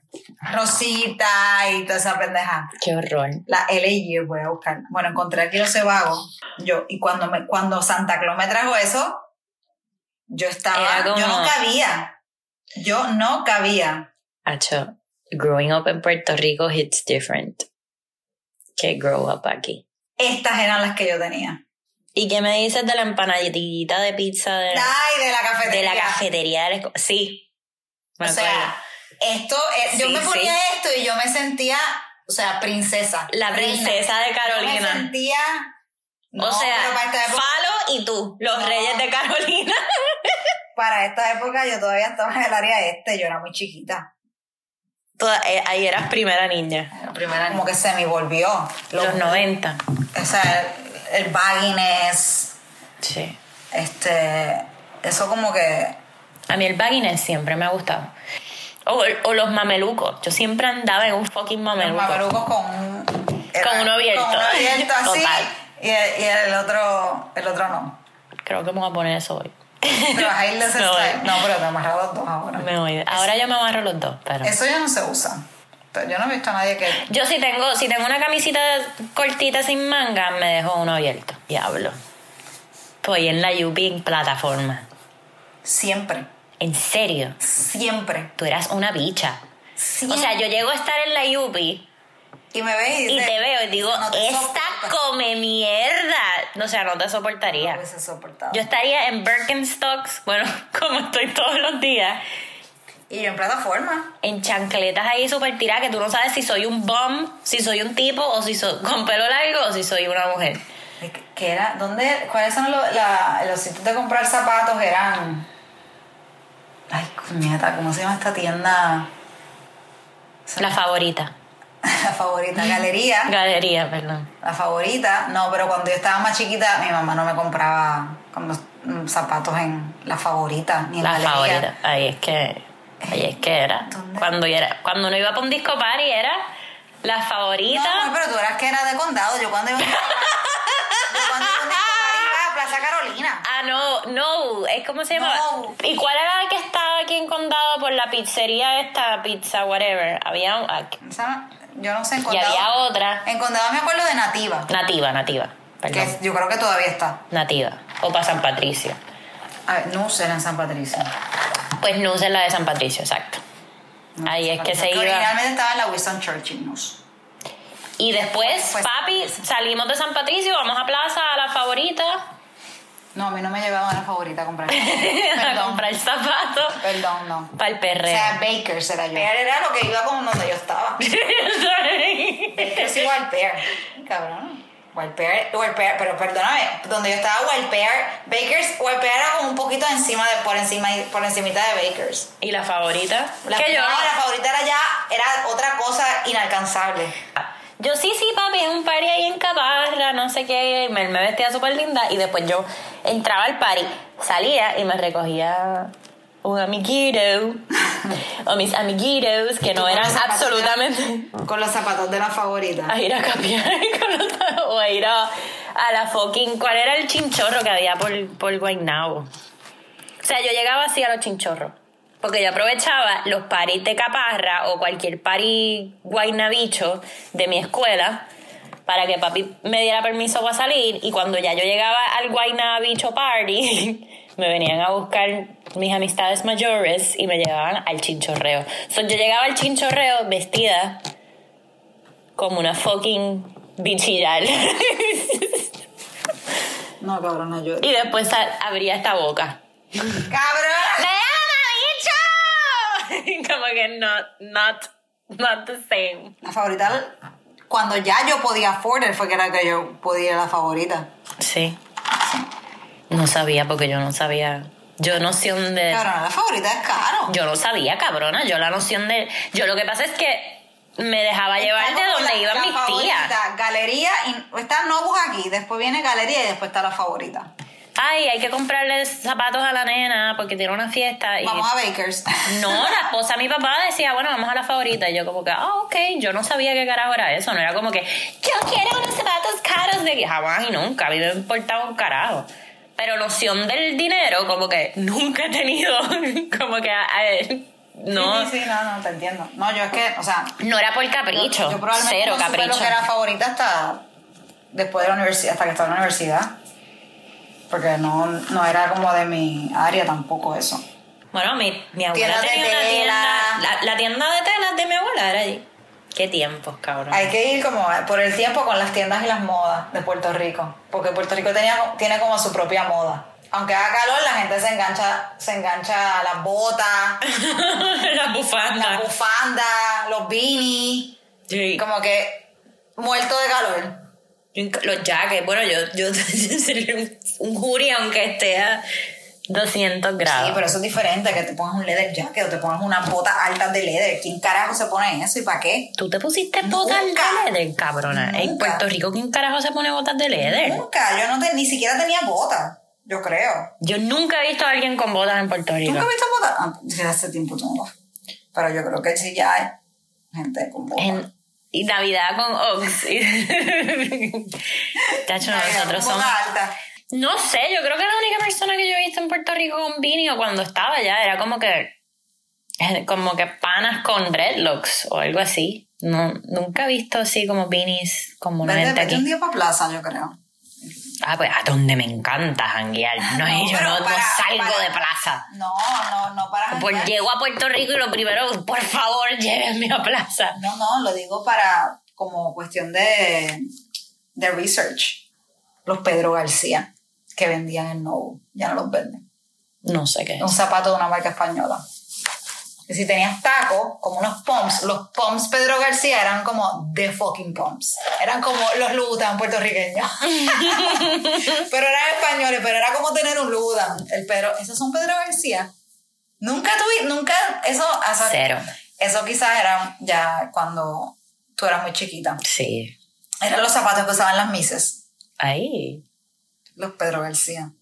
Speaker 1: rosita y toda esa pendejada.
Speaker 2: Qué horror.
Speaker 1: La LG voy a buscar. Bueno, encontré aquí los cebagos. Yo, y cuando, me, cuando Santa Claus me trajo eso, yo estaba.
Speaker 2: Era como-
Speaker 1: Yo no cabía. Yo no cabía.
Speaker 2: Acho, growing up en Puerto Rico hits different que grow up aquí.
Speaker 1: Estas eran las que yo tenía.
Speaker 2: ¿Y qué me dices de la empanadita de pizza Eh, de,
Speaker 1: Ay, de la
Speaker 2: de
Speaker 1: cafetería.
Speaker 2: la cafetería? de la escu- Sí. Me
Speaker 1: O
Speaker 2: acuerdo.
Speaker 1: sea, esto, es- yo
Speaker 2: Sí,
Speaker 1: me ponía
Speaker 2: sí.
Speaker 1: esto y yo me sentía, o sea, princesa.
Speaker 2: la
Speaker 1: reina.
Speaker 2: princesa de
Speaker 1: Yo me
Speaker 2: Carolina.
Speaker 1: sentía. no,
Speaker 2: o sea,
Speaker 1: pero para esta, época,
Speaker 2: Falo y tú, los
Speaker 1: No.
Speaker 2: reyes de Carolina.
Speaker 1: para esta época yo todavía estaba en el área este, yo era muy chiquita.
Speaker 2: Toda- eh, ahí eras primera niña.
Speaker 1: La primera como que se me volvió.
Speaker 2: Los 90.
Speaker 1: O sea, el, el bagginess,
Speaker 2: Sí.
Speaker 1: este, eso como que
Speaker 2: A mí el bagginess siempre me ha gustado. O, o los mamelucos. Yo siempre andaba en un fucking mameluco.
Speaker 1: mamelucos con un
Speaker 2: Con uno abierto.
Speaker 1: con uno abierto así
Speaker 2: Total.
Speaker 1: y el, y el otro el otro no
Speaker 2: Creo que me voy a poner eso hoy.
Speaker 1: pero ahí les
Speaker 2: No,
Speaker 1: está- no pero te amarras los dos ahora
Speaker 2: Me voy. Ahora yo me amarro los dos, pero.
Speaker 1: eso ya no se usa Pero yo no he visto a nadie que
Speaker 2: Yo si tengo, si tengo una camisita cortita sin manga, me dejo uno abierto. Diablo. Estoy en la Yupi en plataforma.
Speaker 1: siempre
Speaker 2: En serio.
Speaker 1: siempre
Speaker 2: Tú eras una bicha.
Speaker 1: siempre
Speaker 2: O sea, yo llego a estar en la Yupi
Speaker 1: y me ves y,
Speaker 2: y
Speaker 1: dices,
Speaker 2: te veo y digo,
Speaker 1: no te
Speaker 2: esta
Speaker 1: soporto".
Speaker 2: come mierda. O sea, no te
Speaker 1: no
Speaker 2: soportaría.
Speaker 1: hubiese soportado
Speaker 2: Yo estaría en Birkenstocks, bueno, como estoy todos los días,
Speaker 1: y yo en plataforma
Speaker 2: en chancletas ahí súper tiradas que tú no sabes si soy un bum, si soy un tipo, o si soy con pelo largo, o si soy una mujer.
Speaker 1: que era dónde cuáles son los, la- los sitios de comprar zapatos eran ay cuñeta cómo se llama esta tienda
Speaker 2: La favorita.
Speaker 1: la favorita
Speaker 2: Mm.
Speaker 1: galería
Speaker 2: Galería, perdón.
Speaker 1: La favorita, no, pero cuando yo estaba más chiquita, mi mamá no me compraba como, mm, zapatos en la favorita, ni en
Speaker 2: La
Speaker 1: Galería.
Speaker 2: favorita. Ahí es que. Ahí es que era.
Speaker 1: ¿Dónde?
Speaker 2: Cuando, yo era. cuando uno iba para un disco party era la
Speaker 1: No,
Speaker 2: favorita.
Speaker 1: amor, pero tú eras que era de condado. Yo cuando iba a un disco party- yo cuando iba a un disco party iba a Plaza Carolina.
Speaker 2: Ah, no, no, es como se llamaba.
Speaker 1: No.
Speaker 2: ¿Y cuál era la que estaba aquí en Condado por la pizzería esta, pizza, whatever? Había un- ah,
Speaker 1: O sea, yo no sé, en
Speaker 2: y
Speaker 1: condado.
Speaker 2: había otra.
Speaker 1: En condado me acuerdo de Nativa,
Speaker 2: Nativa, nativa.
Speaker 1: que
Speaker 2: Perdón.
Speaker 1: es- yo creo que todavía está.
Speaker 2: Nativa. O para San Patricio.
Speaker 1: A ver, no sé, era en San Patricio.
Speaker 2: Pues no es la de San Patricio, exacto. Ahí es que se
Speaker 1: Porque
Speaker 2: iba.
Speaker 1: Originalmente estaba en la Winston Churchill News.
Speaker 2: Y después,
Speaker 1: Pues-
Speaker 2: papi, salimos de San Patricio, vamos a Plaza, a la favorita,
Speaker 1: No, a mí no me llevaba la favorita a comprar.
Speaker 2: a
Speaker 1: Perdón,
Speaker 2: comprar zapatos
Speaker 1: perdón, no.
Speaker 2: para el
Speaker 1: O
Speaker 2: perreo.
Speaker 1: sea, Baker será yo. Pear era lo que iba con donde yo estaba. Yo soy Wild Pear. Cabrón. Wild Pear, Wild Pear, pero perdóname, donde yo estaba Wild Pear, Bakers, Wild Pear era como un poquito encima de, por encima, por encimita de Bakers.
Speaker 2: y la favorita.
Speaker 1: La,
Speaker 2: que yo.
Speaker 1: no, la favorita era ya, era otra cosa inalcanzable.
Speaker 2: Yo sí, sí, papi, es un party ahí en Caparra, no sé qué. Y me, me vestía súper linda. Y después yo entraba al party, salía y me recogía un amiguito. o mis amiguitos que no
Speaker 1: Con
Speaker 2: eran
Speaker 1: los zapatos de la-
Speaker 2: absolutamente.
Speaker 1: Con los zapatos de la favorita.
Speaker 2: a ir a cambiar con los tar- o a ir a, a la fucking. ¿Cuál era el chinchorro que había por, por Guaynabo? O sea, yo llegaba así a los chinchorros. Porque yo aprovechaba los paris de Caparra o cualquier pari guaynabicho de mi escuela para que papi me diera permiso para salir. Y cuando ya yo llegaba al guaynabicho party, me venían a buscar mis amistades mayores y me llevaban al chinchorreo. So, yo llegaba al chinchorreo vestida como una fucking bichiral.
Speaker 1: No, cabrón, no yo.
Speaker 2: y después a- abría esta boca. ¡Me
Speaker 1: ¡Cabrón!
Speaker 2: ama, bicho! como que no, not, not the same.
Speaker 1: La favorita, cuando ya yo podía afford it, fue que era que yo podía ir a la favorita.
Speaker 2: Sí. No sabía porque yo no sabía. Yo noción de.
Speaker 1: Cabrón, la favorita es caro.
Speaker 2: Yo no sabía, cabrona. Yo la noción de. Yo lo que pasa es que me dejaba llevar de
Speaker 1: Está como
Speaker 2: donde
Speaker 1: la-
Speaker 2: iban
Speaker 1: la
Speaker 2: mis tías.
Speaker 1: favorita, Galería, y, está Nobus aquí, después viene Galería y después está la favorita.
Speaker 2: Ay, hay que comprarle zapatos a la nena porque tiene una fiesta. Y
Speaker 1: Vamos a Bakers.
Speaker 2: No, la esposa de mi papá decía, bueno, vamos a la favorita. Y yo como que, ah, ok, yo no sabía qué carajo era eso. No era como que, yo quiero unos zapatos caros de... Jamás y nunca, a mí me importaba un carajo. Pero noción del dinero, como que nunca he tenido, como que, a- a- no,
Speaker 1: Sí, sí, sí, no, no, te entiendo. No, yo es que, o sea,
Speaker 2: no era por
Speaker 1: yo-
Speaker 2: capricho,
Speaker 1: yo probablemente
Speaker 2: cero
Speaker 1: no supe
Speaker 2: capricho.
Speaker 1: lo que era favorita hasta después de la universidad, hasta que estaba en la universidad. Porque no, no era como de mi área tampoco eso.
Speaker 2: Bueno, mi, mi abuela
Speaker 1: Tienda de
Speaker 2: tenía una
Speaker 1: tela.
Speaker 2: tienda, la, la tienda de telas de mi abuela era allí. Qué tiempos, cabrón.
Speaker 1: Hay que ir como por el tiempo con las tiendas y las modas de Puerto Rico, porque Puerto Rico tenía, tiene como su propia moda. Aunque haga calor, la gente se engancha, se engancha a las botas,
Speaker 2: la
Speaker 1: las
Speaker 2: bufanda.
Speaker 1: bufandas, los beanies,
Speaker 2: Sí.
Speaker 1: como que muerto de calor.
Speaker 2: Los jackets. Bueno, yo, yo sería un, un hoodie aunque esté a 200 grados.
Speaker 1: Sí, pero eso es diferente, que te pongas un leather jacket o te pongas unas botas altas de leather. ¿Quién carajo se pone eso y para qué?
Speaker 2: Tú te pusiste botas
Speaker 1: Nunca.
Speaker 2: de leather, cabrona. En
Speaker 1: Nunca.
Speaker 2: Puerto Rico, ¿quién carajo se pone botas de leather?
Speaker 1: Nunca, yo no te- ni siquiera tenía botas, yo creo.
Speaker 2: Yo nunca he visto a alguien con botas en Puerto Rico.
Speaker 1: ¿Nunca viste botas? Ah, desde hace tiempo tengo. Pero yo creo que sí ya hay gente con botas.
Speaker 2: En- y Navidad con Ox. Chacho,
Speaker 1: Ay,
Speaker 2: nosotros
Speaker 1: con
Speaker 2: somos.
Speaker 1: botas altas.
Speaker 2: No sé, yo creo que la única persona que yo he visto en Puerto Rico con Vini o cuando estaba allá era como que. eh, Como que panas con dreadlocks o algo así. No, nunca he visto así como beanies como una
Speaker 1: Vete,
Speaker 2: gente
Speaker 1: vete un
Speaker 2: aquí.
Speaker 1: día para plaza, yo creo.
Speaker 2: Ah, pues a donde me encanta janguear. No,
Speaker 1: No,
Speaker 2: yo
Speaker 1: pero
Speaker 2: no, no
Speaker 1: para-
Speaker 2: salgo
Speaker 1: para- Ah,
Speaker 2: de plaza.
Speaker 1: No, no, no para
Speaker 2: Pues
Speaker 1: janguear.
Speaker 2: llego a Puerto Rico y lo primero, por favor, llévenme a plaza.
Speaker 1: No, no, lo digo para como cuestión de, de research. Los Pedro García que vendían en Novo, ya no los venden.
Speaker 2: No sé qué.
Speaker 1: Un zapato de una marca española. Y si tenías tacos, como unos pumps, los pumps Pedro García eran como the fucking pumps. Eran como los Ludan puertorriqueños. pero eran españoles, pero era como tener un Ludan. El Pedro, esos son Pedro García. Nunca tuve, nunca, eso, o sea,
Speaker 2: Cero.
Speaker 1: eso quizás era ya cuando tú eras muy chiquita.
Speaker 2: Sí.
Speaker 1: Eran los zapatos que usaban las mises,
Speaker 2: Ahí.
Speaker 1: los Pedro García.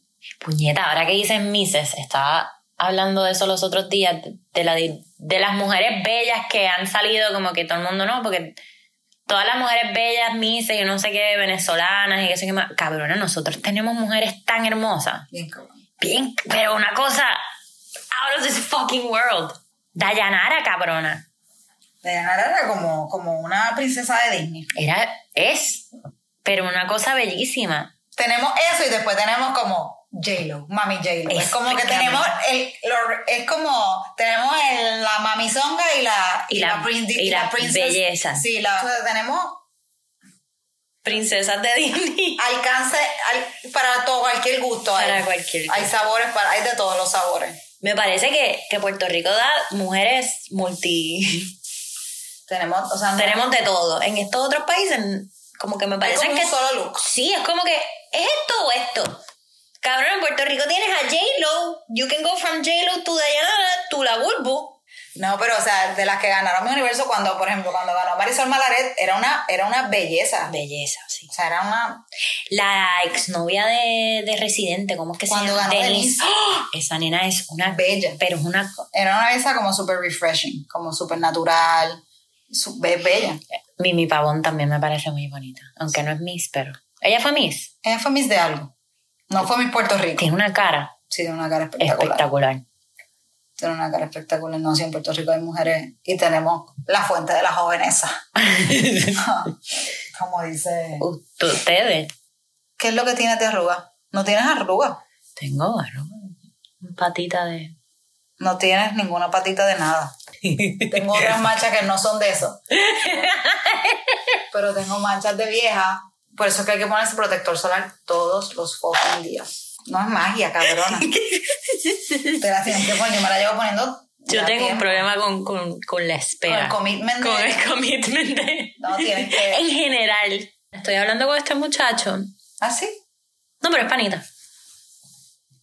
Speaker 2: Puñeta, ahora que dices Mises, estaba hablando de eso los otros días, de, la, di- de las mujeres bellas que han salido, como que todo el mundo no, porque todas las mujeres bellas, Mises, yo no sé qué, venezolanas y eso que más. Cabrona, nosotros tenemos mujeres tan hermosas.
Speaker 1: Bien cabrón.
Speaker 2: Bien, pero una cosa, out of this fucking world. Dayanara, cabrona.
Speaker 1: Dayanara era como, como una princesa de Disney.
Speaker 2: Era, es, pero una cosa bellísima.
Speaker 1: Tenemos eso y después tenemos como J-Lo, mami J-Lo. Es como que
Speaker 2: Explícame.
Speaker 1: tenemos el, lo- es como tenemos el- la mamizonga y la,
Speaker 2: Y la-
Speaker 1: prin-
Speaker 2: y la belleza.
Speaker 1: Sí, la, o sea, tenemos
Speaker 2: Princesas de Disney.
Speaker 1: alcance al- para todo, cualquier gusto.
Speaker 2: Para
Speaker 1: hay,
Speaker 2: cualquier
Speaker 1: Hay sabores, para, hay de todos los sabores.
Speaker 2: Me parece que, que Puerto Rico da mujeres multi.
Speaker 1: Tenemos, o sea, no-
Speaker 2: Tenemos de todo. En estos otros países, como que me
Speaker 1: hay
Speaker 2: parece
Speaker 1: como
Speaker 2: que.
Speaker 1: un solo look.
Speaker 2: Sí, es como que, ¿es esto o esto? Cabrón, en Puerto Rico tienes a J-Lo. You can go from J-Lo to Diana to la Bulbu.
Speaker 1: No, pero o sea, de las que ganaron mi universo cuando, por ejemplo, cuando ganó Marisol Malaret, era una, era una belleza.
Speaker 2: Belleza, sí.
Speaker 1: O sea, era una.
Speaker 2: La exnovia de, de Residente, ¿cómo es que
Speaker 1: Cuando
Speaker 2: se llama?
Speaker 1: ganó Denise.
Speaker 2: ¡Ah! Esa nena es una
Speaker 1: Bella.
Speaker 2: Pero es una
Speaker 1: Era una belleza como súper refreshing, como súper natural, su- be- bella.
Speaker 2: Mimi Pavón también me parece muy bonita, aunque no es Miss, pero... Ella fue Miss.
Speaker 1: Ella fue Miss de algo. No fue Miss Puerto Rico.
Speaker 2: Tiene una cara
Speaker 1: Sí, tiene una cara espectacular.
Speaker 2: espectacular.
Speaker 1: Tiene una cara espectacular. No, sí, en Puerto Rico hay mujeres y tenemos la fuente de la jovenesa. como dice.
Speaker 2: Ust- Ustedes.
Speaker 1: ¿Qué es lo que tienes de arruga? No tienes arruga.
Speaker 2: Tengo bueno, un patita de...
Speaker 1: No tienes ninguna patita de nada. Tengo otras manchas que no son de eso. Pero tengo manchas de vieja. Por eso es que hay que ponerse protector solar todos los fucking días. No es magia, cabrona. Te la tienes que poner. Yo me la llevo poniendo.
Speaker 2: Yo
Speaker 1: ya
Speaker 2: tengo un
Speaker 1: tiempo.
Speaker 2: problema con, con, con la
Speaker 1: Con
Speaker 2: espera.
Speaker 1: el commitment. de-
Speaker 2: Con el commitment de-
Speaker 1: No, tienes que.
Speaker 2: En general. Estoy hablando con este muchacho.
Speaker 1: ¿Ah, sí?
Speaker 2: No, pero es panita.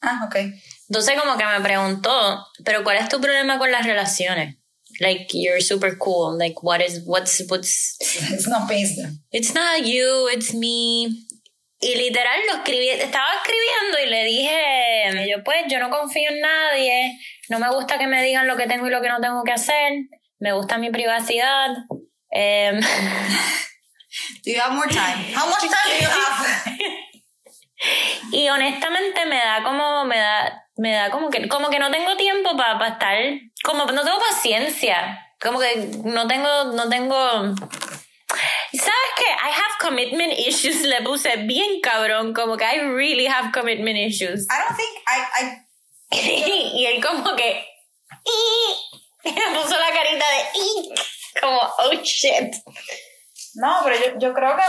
Speaker 1: Ah, ok.
Speaker 2: Entonces como que me preguntó, pero ¿cuál es tu problema con las relaciones? Like, you're super cool. Like, what is, what's, what's,
Speaker 1: It's not business.
Speaker 2: It's not you, it's me. Y literal lo escribí, estaba escribiendo y le dije, yo pues yo no confío en nadie, no me gusta que me digan lo que tengo y lo que no tengo que hacer, me gusta mi privacidad. Em,
Speaker 1: Do you have more time? How much time do you have?
Speaker 2: y honestamente me da como, me da, me da como que, como que no tengo tiempo para estar, como no tengo paciencia, como que no tengo, no tengo... ¿Sabes qué? I have commitment issues, le puse bien cabrón, como que I really have commitment issues.
Speaker 1: I don't think I, I
Speaker 2: y él como que "Ih", y me puso la carita de "Ih". Como, oh shit.
Speaker 1: No, pero yo, yo creo que.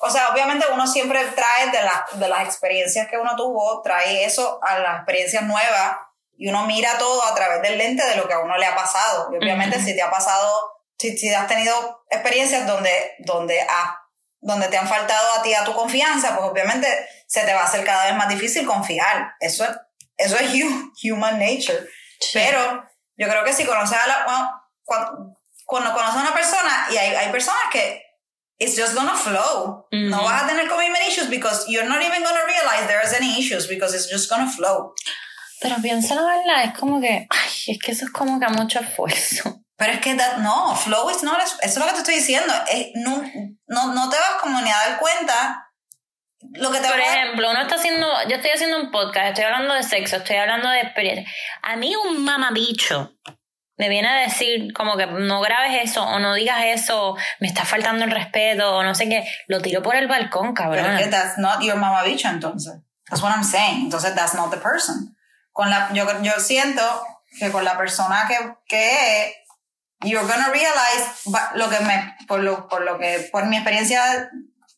Speaker 1: O sea, obviamente uno siempre trae de, la- de las experiencias que uno tuvo, trae eso a las experiencias nuevas y uno mira todo a través del lente de lo que a uno le ha pasado. Y obviamente
Speaker 2: Ujú.
Speaker 1: si te ha pasado, si, si has tenido experiencias donde, donde, has- donde te han faltado a ti a tu confianza, pues obviamente se te va a hacer cada vez más difícil confiar. Eso es, eso es hu- human nature. Pero yo creo que si conoces a la. Cuando, cuando, conoces a una persona, y hay, hay personas que. It's just gonna flow. No
Speaker 2: Ujú.
Speaker 1: vas a tener commitment issues because you're not even gonna realize there's any issues because it's just gonna flow.
Speaker 2: Pero piensa la verdad, es como que, ay, es que eso es como que mucho esfuerzo.
Speaker 1: Pero es que that- no, flow is not. Eso es lo que te estoy diciendo. Es- no, no, no te vas como ni a dar cuenta lo que te
Speaker 2: Por
Speaker 1: va a-
Speaker 2: ejemplo, uno está haciendo, yo estoy haciendo un podcast, estoy hablando de sexo, estoy hablando de experiencia. A mí un mamabicho me viene a decir como que no grabes eso o no digas eso, me está faltando el respeto o no sé qué, lo tiro por el balcón,
Speaker 1: Pero es que
Speaker 2: cabrón.
Speaker 1: that's not your mama bicha, entonces. That's what I'm saying. Entonces, that's not the person. Con la, yo, yo siento que con la persona que, que es, you're gonna realize, but lo que me, por lo, por lo que, por mi experiencia,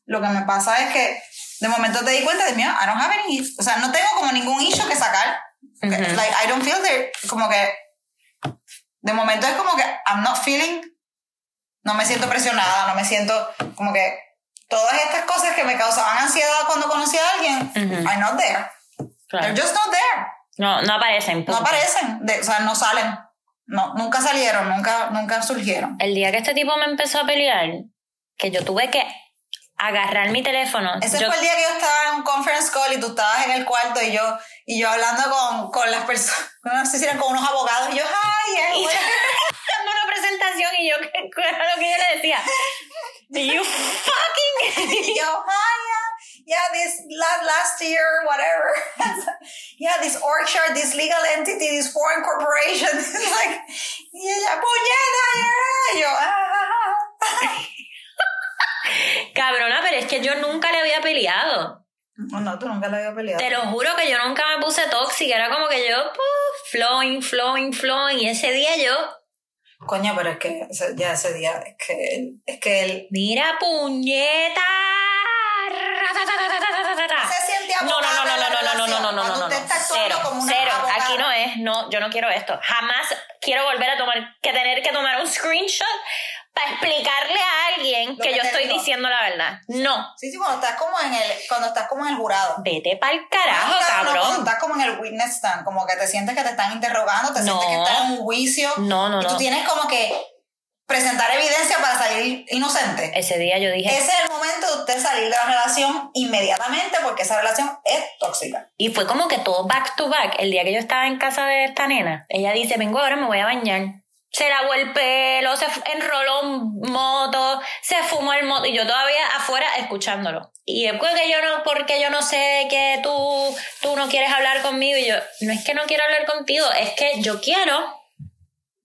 Speaker 1: lo que me pasa es que de momento te di cuenta de mí, I don't have any, o sea, no tengo como ningún issue que sacar.
Speaker 2: Ujú.
Speaker 1: Like, I don't feel there, como que, de momento es como que I'm not feeling, no me siento presionada, no me siento como que todas estas cosas que me causaban ansiedad cuando conocí a alguien,
Speaker 2: Ujú.
Speaker 1: I'm not there.
Speaker 2: Claro.
Speaker 1: They're just not there.
Speaker 2: No, no aparecen.
Speaker 1: No
Speaker 2: punto.
Speaker 1: aparecen, de- o sea, no salen. No, nunca salieron, nunca, nunca surgieron.
Speaker 2: El día que este tipo me empezó a pelear, que yo tuve que agarrar mi teléfono.
Speaker 1: Ese
Speaker 2: yo-
Speaker 1: fue el día que yo estaba en un conference call y tú estabas en el cuarto y yo, y yo hablando con, con las personas, no sé si eran con unos abogados, y yo, ay,
Speaker 2: Y
Speaker 1: es bueno".
Speaker 2: dando una presentación y yo, ¿qué qué era lo que yo le decía? Do you fucking...
Speaker 1: Y yo, hi, yeah, yeah, this la- last year, whatever. yeah, this orchard, this legal entity, this foreign corporation. It's like, y ella, puñeta, yeah. Y yo, "Ah, ah, ah".
Speaker 2: Cabrona, pero es que yo nunca le había peleado.
Speaker 1: No, no, tú nunca la había peleado.
Speaker 2: Te lo juro que yo nunca me puse tóxica. Era como que yo, pues, flowing, flowing, flowing. Y ese día yo,
Speaker 1: Coño, pero es que ese- ya ese día, es que él, es que él
Speaker 2: mira, puñeta. ratatatatata.
Speaker 1: se siente
Speaker 2: Ah. No, no,
Speaker 1: abogado
Speaker 2: no, no,
Speaker 1: en la
Speaker 2: no, no, no, no,
Speaker 1: relación. Cuando
Speaker 2: no, no, no, no,
Speaker 1: usted
Speaker 2: no.
Speaker 1: está actuando
Speaker 2: Cero,
Speaker 1: como una
Speaker 2: cero.
Speaker 1: abogada.
Speaker 2: Aquí no es. No, yo no quiero esto. Jamás quiero volver a tomar, que tener que tomar un screenshot para explicarle a alguien
Speaker 1: Lo
Speaker 2: que
Speaker 1: que
Speaker 2: yo
Speaker 1: te
Speaker 2: estoy
Speaker 1: digo.
Speaker 2: diciendo la verdad. No.
Speaker 1: Sí, sí, cuando estás como en el, cuando estás como en el jurado.
Speaker 2: Vete pa'l
Speaker 1: No,
Speaker 2: carajo,
Speaker 1: no, no, cuando
Speaker 2: cabrón.
Speaker 1: estás como en el witness stand, como que te sientes que te están interrogando, te sientes que
Speaker 2: No.
Speaker 1: estás en un juicio.
Speaker 2: No, no,
Speaker 1: y tú
Speaker 2: no.
Speaker 1: tienes como que presentar evidencia para salir inocente.
Speaker 2: Ese día yo dije,
Speaker 1: Ese es el momento de usted salir de la relación inmediatamente porque esa relación es tóxica.
Speaker 2: Y fue como que todo back to back. El día que yo estaba en casa de esta nena, ella dice, vengo ahora, me voy a bañar. Se lavó el pelo, se f- enroló un moto, se fumó el moto. Y yo todavía afuera escuchándolo. Y después que yo no, porque yo no sé que tú, tú no quieres hablar conmigo. Y yo, no es que no quiero hablar contigo, es que yo quiero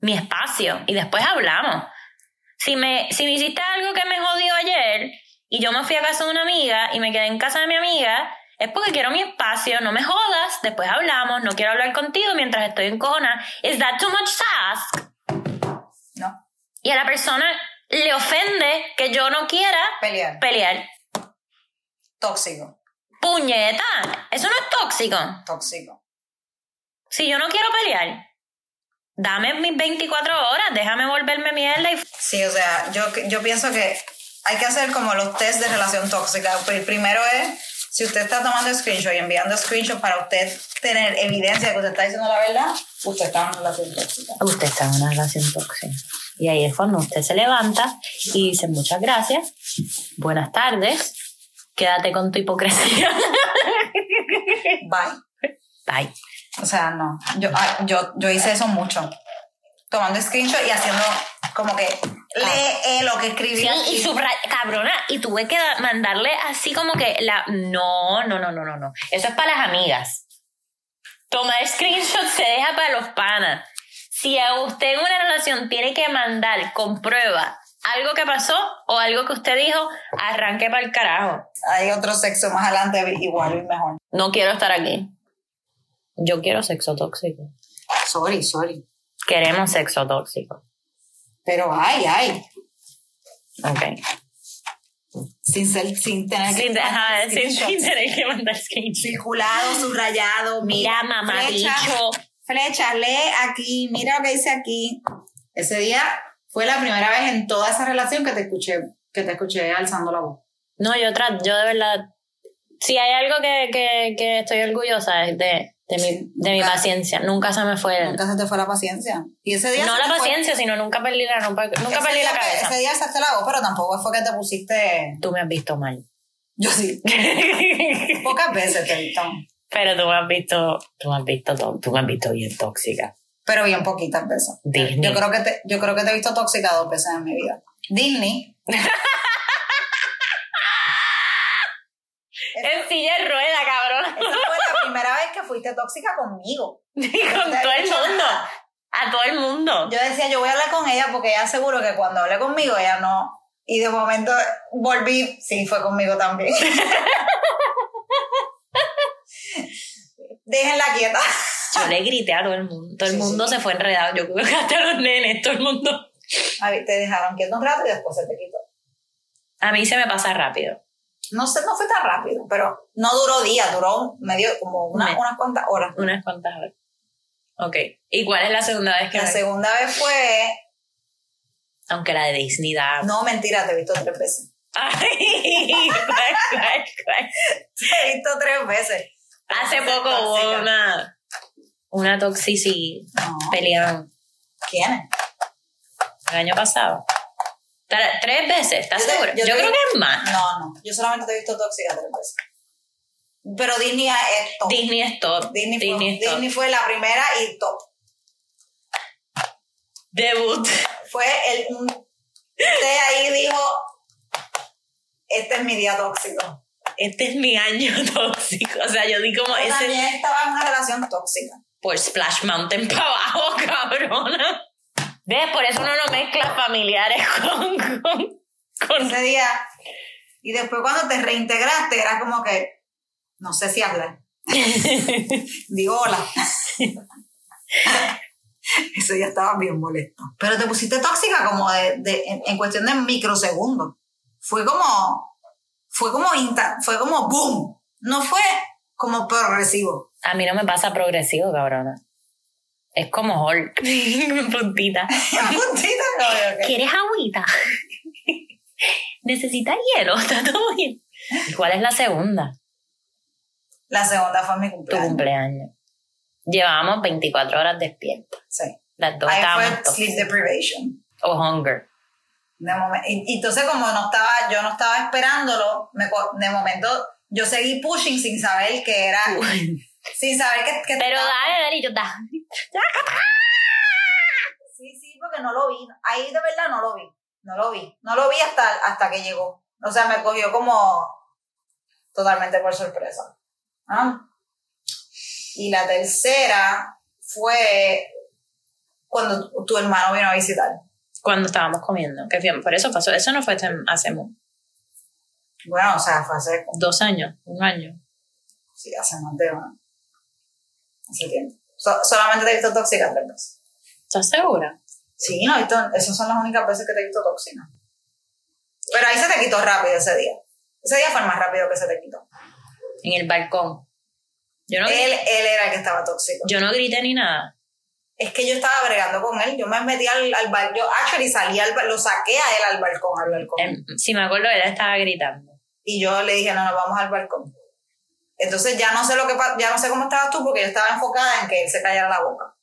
Speaker 2: mi espacio. Y después hablamos. Si me, si me hiciste algo que me jodió ayer y yo me fui a casa de una amiga y me quedé en casa de mi amiga, es porque quiero mi espacio, no me jodas, después hablamos, no quiero hablar contigo mientras estoy en cojona. Is that too much to ask?
Speaker 1: No,
Speaker 2: Y a la persona le ofende que yo no quiera
Speaker 1: pelear.
Speaker 2: pelear.
Speaker 1: Tóxico,
Speaker 2: Puñeta, eso no es tóxico.
Speaker 1: tóxico.
Speaker 2: Si yo no quiero pelear, dame mis 24 horas, déjame volverme mierda y... f-
Speaker 1: Sí, o sea, yo, yo pienso que hay que hacer como los test de relación tóxica. El primero es, si usted está tomando screenshot y enviando screenshot para usted tener evidencia de que usted está diciendo la verdad, usted está en una relación tóxica.
Speaker 2: Ah, Usted está en una relación tóxica. Y ahí es cuando usted se levanta y dice muchas gracias, buenas tardes, quédate con tu hipocresía. Eh.
Speaker 1: Bye.
Speaker 2: Bye.
Speaker 1: O sea, no. Yo, ah, yo, yo hice eso mucho. Tomando screenshot y haciendo como que lee eh, lo que escribí.
Speaker 2: Sí, y subra cabrona, y tuve que da- mandarle así como que la no, no, no, no, no, no. Eso es para las amigas. Tomar screenshot se deja para los panas. Si a usted en una relación tiene que mandar con prueba algo que pasó o algo que usted dijo, arranque para el carajo.
Speaker 1: Hay otro sexo más adelante igual y mejor.
Speaker 2: No quiero estar aquí. Yo quiero sexo tóxico.
Speaker 1: Sorry, sorry.
Speaker 2: Queremos sexo tóxico.
Speaker 1: Pero ay, ay.
Speaker 2: Ok.
Speaker 1: Sin, ser- sin tener que-
Speaker 2: Sin, ajá, sin, sin tener que mandar screenshot.
Speaker 1: Circulado, subrayado, mira.
Speaker 2: Mira, mamá,
Speaker 1: flecha,
Speaker 2: dicho.
Speaker 1: Flecha, lee aquí, mira lo que dice aquí. Ese día fue la primera vez en toda esa relación que te escuché, que te escuché alzando la voz.
Speaker 2: No, yo, tra- yo de verdad, si hay algo que, que, que estoy orgullosa es de, de mi, de mi
Speaker 1: Nunca-
Speaker 2: paciencia. Nunca se me fue. el-
Speaker 1: Nunca se te fue la paciencia. Y ese día
Speaker 2: no
Speaker 1: se
Speaker 2: la
Speaker 1: te fue-
Speaker 2: paciencia, sino nunca perdí la, nunca, nunca
Speaker 1: ese
Speaker 2: perdí
Speaker 1: día
Speaker 2: la
Speaker 1: que-
Speaker 2: cabeza.
Speaker 1: Ese día alzaste la voz, pero tampoco fue que te pusiste.
Speaker 2: Tú me has visto mal.
Speaker 1: Yo sí.
Speaker 2: Pero
Speaker 1: Pocas veces te he visto,
Speaker 2: tú me has visto, tú me has visto, tó- tú me has visto bien tóxica.
Speaker 1: pero bien poquitas veces.
Speaker 2: Disney.
Speaker 1: Yo creo que te, yo creo que te he visto tóxica dos veces en mi vida. Disney.
Speaker 2: En silla de rueda, cabrón.
Speaker 1: Esa fue la primera vez que fuiste tóxica conmigo.
Speaker 2: Con todo el mundo. A todo el mundo.
Speaker 1: Yo decía, yo voy a hablar con ella porque ella seguro que cuando hable conmigo ella no. Y de momento volví, sí, fue conmigo también. Déjenla quieta.
Speaker 2: Yo le grité a todo el mundo. Todo el
Speaker 1: Sí,
Speaker 2: mundo
Speaker 1: sí.
Speaker 2: se fue enredado. Yo creo que hasta los nenes, todo el mundo.
Speaker 1: A ver, te dejaron quieto un rato y después se te quitó.
Speaker 2: A mí se me pasa rápido.
Speaker 1: No sé, no fue tan rápido, pero no duró días, duró medio como una-
Speaker 2: Me-
Speaker 1: unas cuantas horas.
Speaker 2: Unas cuantas horas. Ok. ¿Y cuál es la segunda vez que
Speaker 1: La
Speaker 2: me-
Speaker 1: segunda vez fue.
Speaker 2: Aunque la de Disney da.
Speaker 1: No, mentira, te he visto tres veces.
Speaker 2: Ay, cuál, cuál, cuál.
Speaker 1: Te he visto tres veces.
Speaker 2: Hace
Speaker 1: Esa
Speaker 2: poco hubo
Speaker 1: tóxica.
Speaker 2: una. Una toxici
Speaker 1: No.
Speaker 2: pelearon
Speaker 1: ¿Quién es?
Speaker 2: el año pasado. Tra- Tres veces, ¿estás
Speaker 1: Yo te-
Speaker 2: segura?
Speaker 1: yo
Speaker 2: Yo,
Speaker 1: te-
Speaker 2: creo que es más.
Speaker 1: No, no. Yo solamente te he visto tóxica tres veces. Pero Disney es top.
Speaker 2: Disney es top.
Speaker 1: Disney, fue,
Speaker 2: es top.
Speaker 1: Disney fue la primera y top.
Speaker 2: Debut.
Speaker 1: Fue el. un- Usted ahí dijo: Este es mi día tóxico.
Speaker 2: Este es mi año tóxico. O sea, yo di como
Speaker 1: Yo
Speaker 2: ese
Speaker 1: también estaba en una relación tóxica.
Speaker 2: por Splash Mountain para abajo, cabrona. ¿Ves? Por eso uno no mezcla familiares con. con, con-
Speaker 1: Ese día. Y después, cuando te reintegraste, era como que. No sé si hablar. Digo hola. Eso ya estaba bien molesto. Pero te pusiste tóxica como de, de- en, en cuestión de microsegundos. Fue como, fue como insta, fue como boom. No fue como progresivo.
Speaker 2: A mí no me pasa progresivo, cabrona. Es como Hulk. Puntita.
Speaker 1: Puntita, no, ok.
Speaker 2: ¿Quieres agüita? ¿Necesitas hielo? Está todo bien. ¿Y ¿Cuál es la segunda?
Speaker 1: La segunda fue mi
Speaker 2: Tu
Speaker 1: cumpleaños.
Speaker 2: cumpleaños. Llevábamos 24 horas despiertas.
Speaker 1: Sí.
Speaker 2: Las dos
Speaker 1: Ahí
Speaker 2: estábamos
Speaker 1: fue sleep
Speaker 2: tóxicas.
Speaker 1: deprivation.
Speaker 2: O hunger.
Speaker 1: De momen- y, y entonces, como no estaba, yo no estaba esperándolo, me co- de momento yo seguí pushing sin saber que era. Sin saber que. que
Speaker 2: Pero
Speaker 1: estaba-
Speaker 2: dale, dale, yo da.
Speaker 1: Sí, sí, porque no lo vi. Ahí de verdad no lo vi. No lo vi. No lo vi hasta, hasta que llegó. O sea, me cogió como totalmente por sorpresa. ¿Ah? Y la tercera fue cuando tu- tu hermano vino a visitar.
Speaker 2: Cuando estábamos comiendo. Que bien, por eso pasó. Eso no fue tan- hace mu-
Speaker 1: Bueno, o sea, fue hace, como-
Speaker 2: dos años, un año.
Speaker 1: sí, hace más de una- Hace tiempo. So- solamente te he visto tóxica tres veces.
Speaker 2: ¿Estás segura?
Speaker 1: Sí, no, esto, esas son las únicas veces que te he visto tóxica. Pero ahí se te quitó rápido ese día. Ese día fue el más rápido que se te quitó.
Speaker 2: En el balcón. Yo no,
Speaker 1: Él, él era el que estaba tóxico.
Speaker 2: yo no grité ni nada.
Speaker 1: Es que yo estaba bregando con él. Yo me metí al, al balcón. Yo actually salí al ba- lo saqué a él al balcón, al balcón.
Speaker 2: Em, Si me acuerdo, él estaba gritando.
Speaker 1: Y yo le dije, no, no, vamos al balcón. Entonces ya no sé lo que pa- ya no sé cómo estabas tú porque yo estaba enfocada en que él se callara la boca.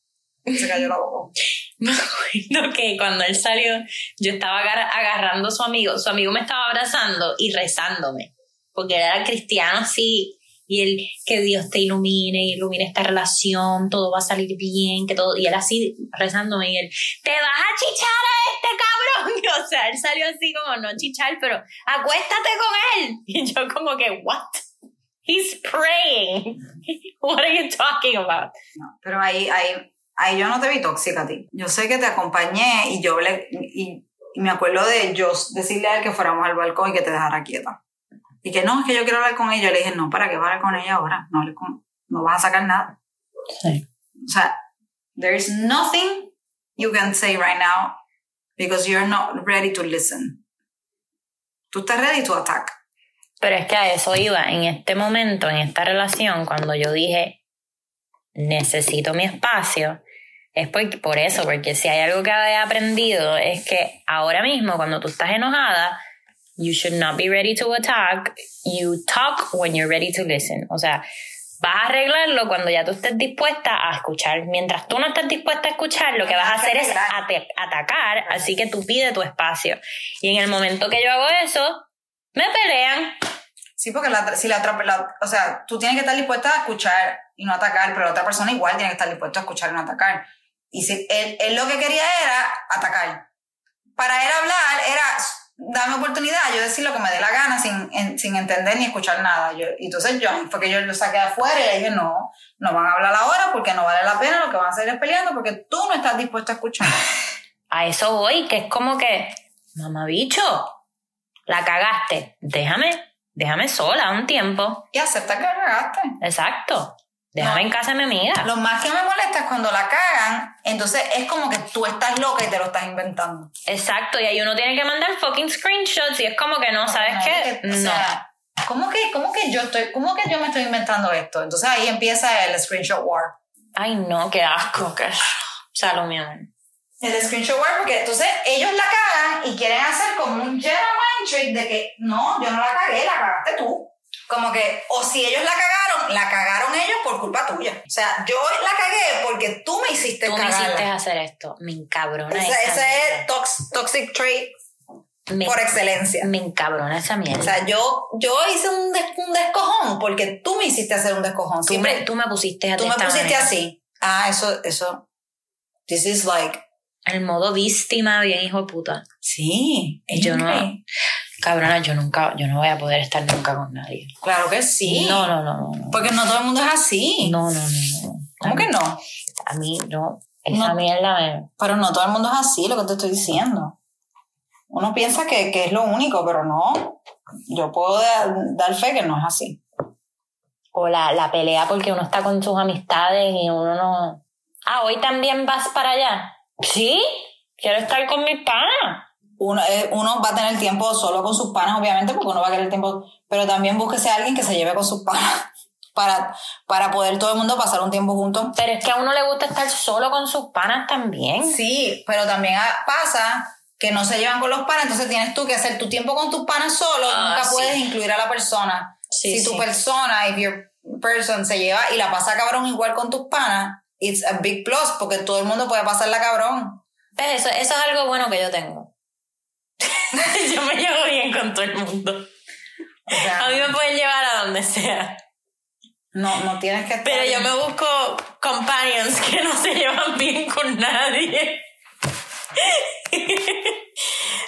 Speaker 1: Él se cayó la boca.
Speaker 2: Me acuerdo que cuando él salió, yo estaba agar- agarrando a su amigo. Su amigo me estaba abrazando y rezándome. Porque él era cristiano así. Y él, que Dios te ilumine, ilumine esta relación, todo va a salir bien, que todo. Y él así rezándome. Y él, te vas a chichar a este cabrón. o sea, él salió así como, no chichar, pero acuéstate con él. Y yo, como que, what? He's praying. What are you talking about?
Speaker 1: No, pero ahí, ahí, ahí yo no te vi tóxica a ti. Yo sé que te acompañé y yo hablé- y, y me acuerdo de yo decirle a él que fuéramos al balcón y que te dejara quieta. Y que no, es que yo quiero hablar con ella. Yo le dije, no, ¿para qué vas a hablar con ella ahora? No, hables con- no vas a sacar nada.
Speaker 2: Sí.
Speaker 1: O sea, there is nothing you can say right now Because you're not ready to listen. Tú estás ready to attack.
Speaker 2: Pero es que a eso iba en este momento, en esta relación, cuando yo dije, necesito mi espacio, es por, por eso, porque si hay algo que he aprendido es que ahora mismo, cuando tú estás enojada, you should not be ready to attack, you talk when you're ready to listen. O sea, vas a arreglarlo cuando ya tú estés dispuesta a escuchar. Mientras tú no estés dispuesta a escuchar, lo que vas a hacer es ate- atacar, así que tú pide tu espacio. Y en el momento que yo hago eso, me pelean.
Speaker 1: Sí, porque la, otra- si la otra, la- o sea, tú tienes que estar dispuesta a escuchar y no atacar, pero la otra persona igual tiene que estar dispuesta a escuchar y no atacar. Y si él, él lo que quería era atacar. Para él hablar era, dame oportunidad, yo decir lo que me dé la gana sin, en- sin entender ni escuchar nada. Yo, y entonces yo, fue que yo lo saqué de afuera y le dije, no, no van a hablar ahora porque no vale la pena, lo que van a hacer es peleando porque tú no estás dispuesta a escuchar.
Speaker 2: A eso voy, que es como que, mamá bicho, la cagaste. Déjame, déjame sola un tiempo.
Speaker 1: Y acepta que la cagaste.
Speaker 2: Exacto. Déjame en casa de mi amiga.
Speaker 1: Lo más que me molesta es cuando la cagan, entonces es como que tú estás loca y te lo estás inventando.
Speaker 2: Exacto. Y ahí uno tiene que mandar fucking screenshots y es como que no, ¿sabes
Speaker 1: No,
Speaker 2: qué?
Speaker 1: que- o
Speaker 2: No.
Speaker 1: sea, ¿cómo que, cómo que yo estoy, cómo que yo me estoy inventando esto? Entonces ahí empieza el screenshot war.
Speaker 2: Ay, no, qué asco. Qué... Salud, mi amor.
Speaker 1: El screenshot war, porque entonces ellos la cagan y quieren hacer como un Jedi mind trick de que no, yo no la cagué, la cagaste tú. Como que, o si ellos la cagaron, la cagaron ellos por culpa tuya. O sea, yo la cagué porque tú me hiciste
Speaker 2: Tú me
Speaker 1: cagarla.
Speaker 2: hiciste hacer esto. Me encabrona
Speaker 1: Esa- ese
Speaker 2: esa,
Speaker 1: es
Speaker 2: mierda.
Speaker 1: tox- toxic trait
Speaker 2: Me-
Speaker 1: por excelencia.
Speaker 2: Me encabrona esa mierda.
Speaker 1: O sea, yo, yo hice un, des- un descojón porque tú me hiciste hacer un descojón.
Speaker 2: tú, me,
Speaker 1: Siempre
Speaker 2: tú me pusiste a
Speaker 1: tú me pusiste así. Ah, eso, eso. This is like.
Speaker 2: El modo víctima, bien hijo de puta.
Speaker 1: Sí.
Speaker 2: Yo no- Cabrona, yo nunca, yo no voy a poder estar nunca con nadie.
Speaker 1: Claro que sí.
Speaker 2: No, no, no, no. no.
Speaker 1: Porque no todo el mundo es así.
Speaker 2: No, no, no, no.
Speaker 1: ¿Cómo que no?
Speaker 2: A mí, no. Esa
Speaker 1: No.
Speaker 2: mierda me.
Speaker 1: Pero no todo el mundo es así, lo que te estoy diciendo. Uno piensa que, que es lo único, pero no. Yo puedo da- dar fe que no es así.
Speaker 2: O la, la pelea porque uno está con sus amistades y uno no. Ah, hoy también vas para allá. Sí, quiero estar con mis panas.
Speaker 1: Uno, eh, uno va a tener tiempo solo con sus panas, obviamente, porque uno va a querer tiempo, pero también búsquese a alguien que se lleve con sus panas para, para poder todo el mundo pasar un tiempo juntos.
Speaker 2: Pero es que a uno le gusta estar solo con sus panas también.
Speaker 1: Sí, pero también ah, pasa que no se llevan con los panas, entonces tienes tú que hacer tu tiempo con tus panas solo,
Speaker 2: Ah,
Speaker 1: nunca
Speaker 2: sí.
Speaker 1: puedes incluir a la persona.
Speaker 2: Sí,
Speaker 1: si tu
Speaker 2: sí.
Speaker 1: persona, if your person se lleva y la pasa cabrón igual con tus panas, it's a big plus porque todo el mundo puede pasarla cabrón.
Speaker 2: ¿Ves? Pues Eso, eso es algo bueno que yo tengo. yo me llevo bien con todo el mundo.
Speaker 1: O sea,
Speaker 2: A mí me pueden llevar a donde sea.
Speaker 1: no, no tienes que estar-
Speaker 2: Pero yo me busco companions que no se llevan bien con nadie.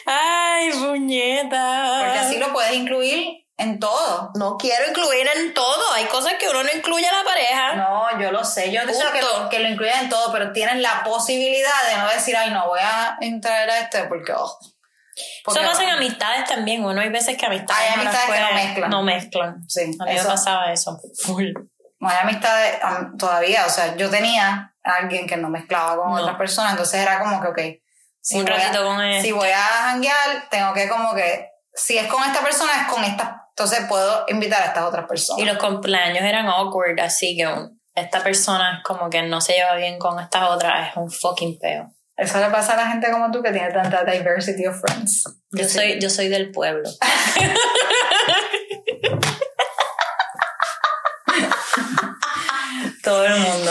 Speaker 2: Ay, puñeta.
Speaker 1: porque así lo puedes incluir en todo.
Speaker 2: Ah. No quiero incluir en todo. Hay cosas que uno no incluye a la pareja.
Speaker 1: No, yo lo sé, yo
Speaker 2: Punto.
Speaker 1: creo que, lo- que lo incluyen en todo, pero tienes la posibilidad de no decir, ay, no voy a entrar a este porque, oh, porque
Speaker 2: Eso pasa en
Speaker 1: no".
Speaker 2: amistades también. Bueno, hay veces que amistades,
Speaker 1: Hay
Speaker 2: no las
Speaker 1: amistades que no
Speaker 2: pueden-
Speaker 1: mezclan.
Speaker 2: No mezclan.
Speaker 1: Sí,
Speaker 2: A mí
Speaker 1: eso-
Speaker 2: me pasaba eso. Full.
Speaker 1: no hay amistades am- todavía, o sea, yo tenía a alguien que no mezclaba con
Speaker 2: No.
Speaker 1: otra persona, entonces era como que, ok, si,
Speaker 2: Un
Speaker 1: voy,
Speaker 2: ratito
Speaker 1: a,
Speaker 2: con él.
Speaker 1: si voy a janguear, tengo que como que, si es con esta persona, es con esta, entonces puedo invitar a estas otras personas.
Speaker 2: Y los cumpleaños eran awkward, así que un- esta persona como que no se lleva bien con estas otras, es un fucking peo.
Speaker 1: Eso le pasa a la gente como tú que tiene tanta diversity of friends.
Speaker 2: Yo
Speaker 1: Sí.
Speaker 2: soy, yo soy del pueblo.
Speaker 1: Todo el mundo.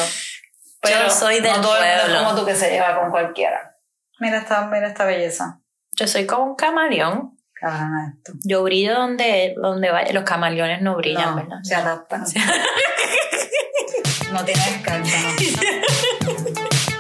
Speaker 2: Yo soy del
Speaker 1: no todo el mundo es
Speaker 2: pueblo.
Speaker 1: como tú que se lleva con cualquiera. Mira esta, mira esta belleza.
Speaker 2: Yo soy como un camaleón.
Speaker 1: Cabrona esto.
Speaker 2: Yo brillo donde, donde vaya. Los camaleones no brillan,
Speaker 1: No,
Speaker 2: ¿verdad?
Speaker 1: Se adaptan. no tiene descanso. ¿no?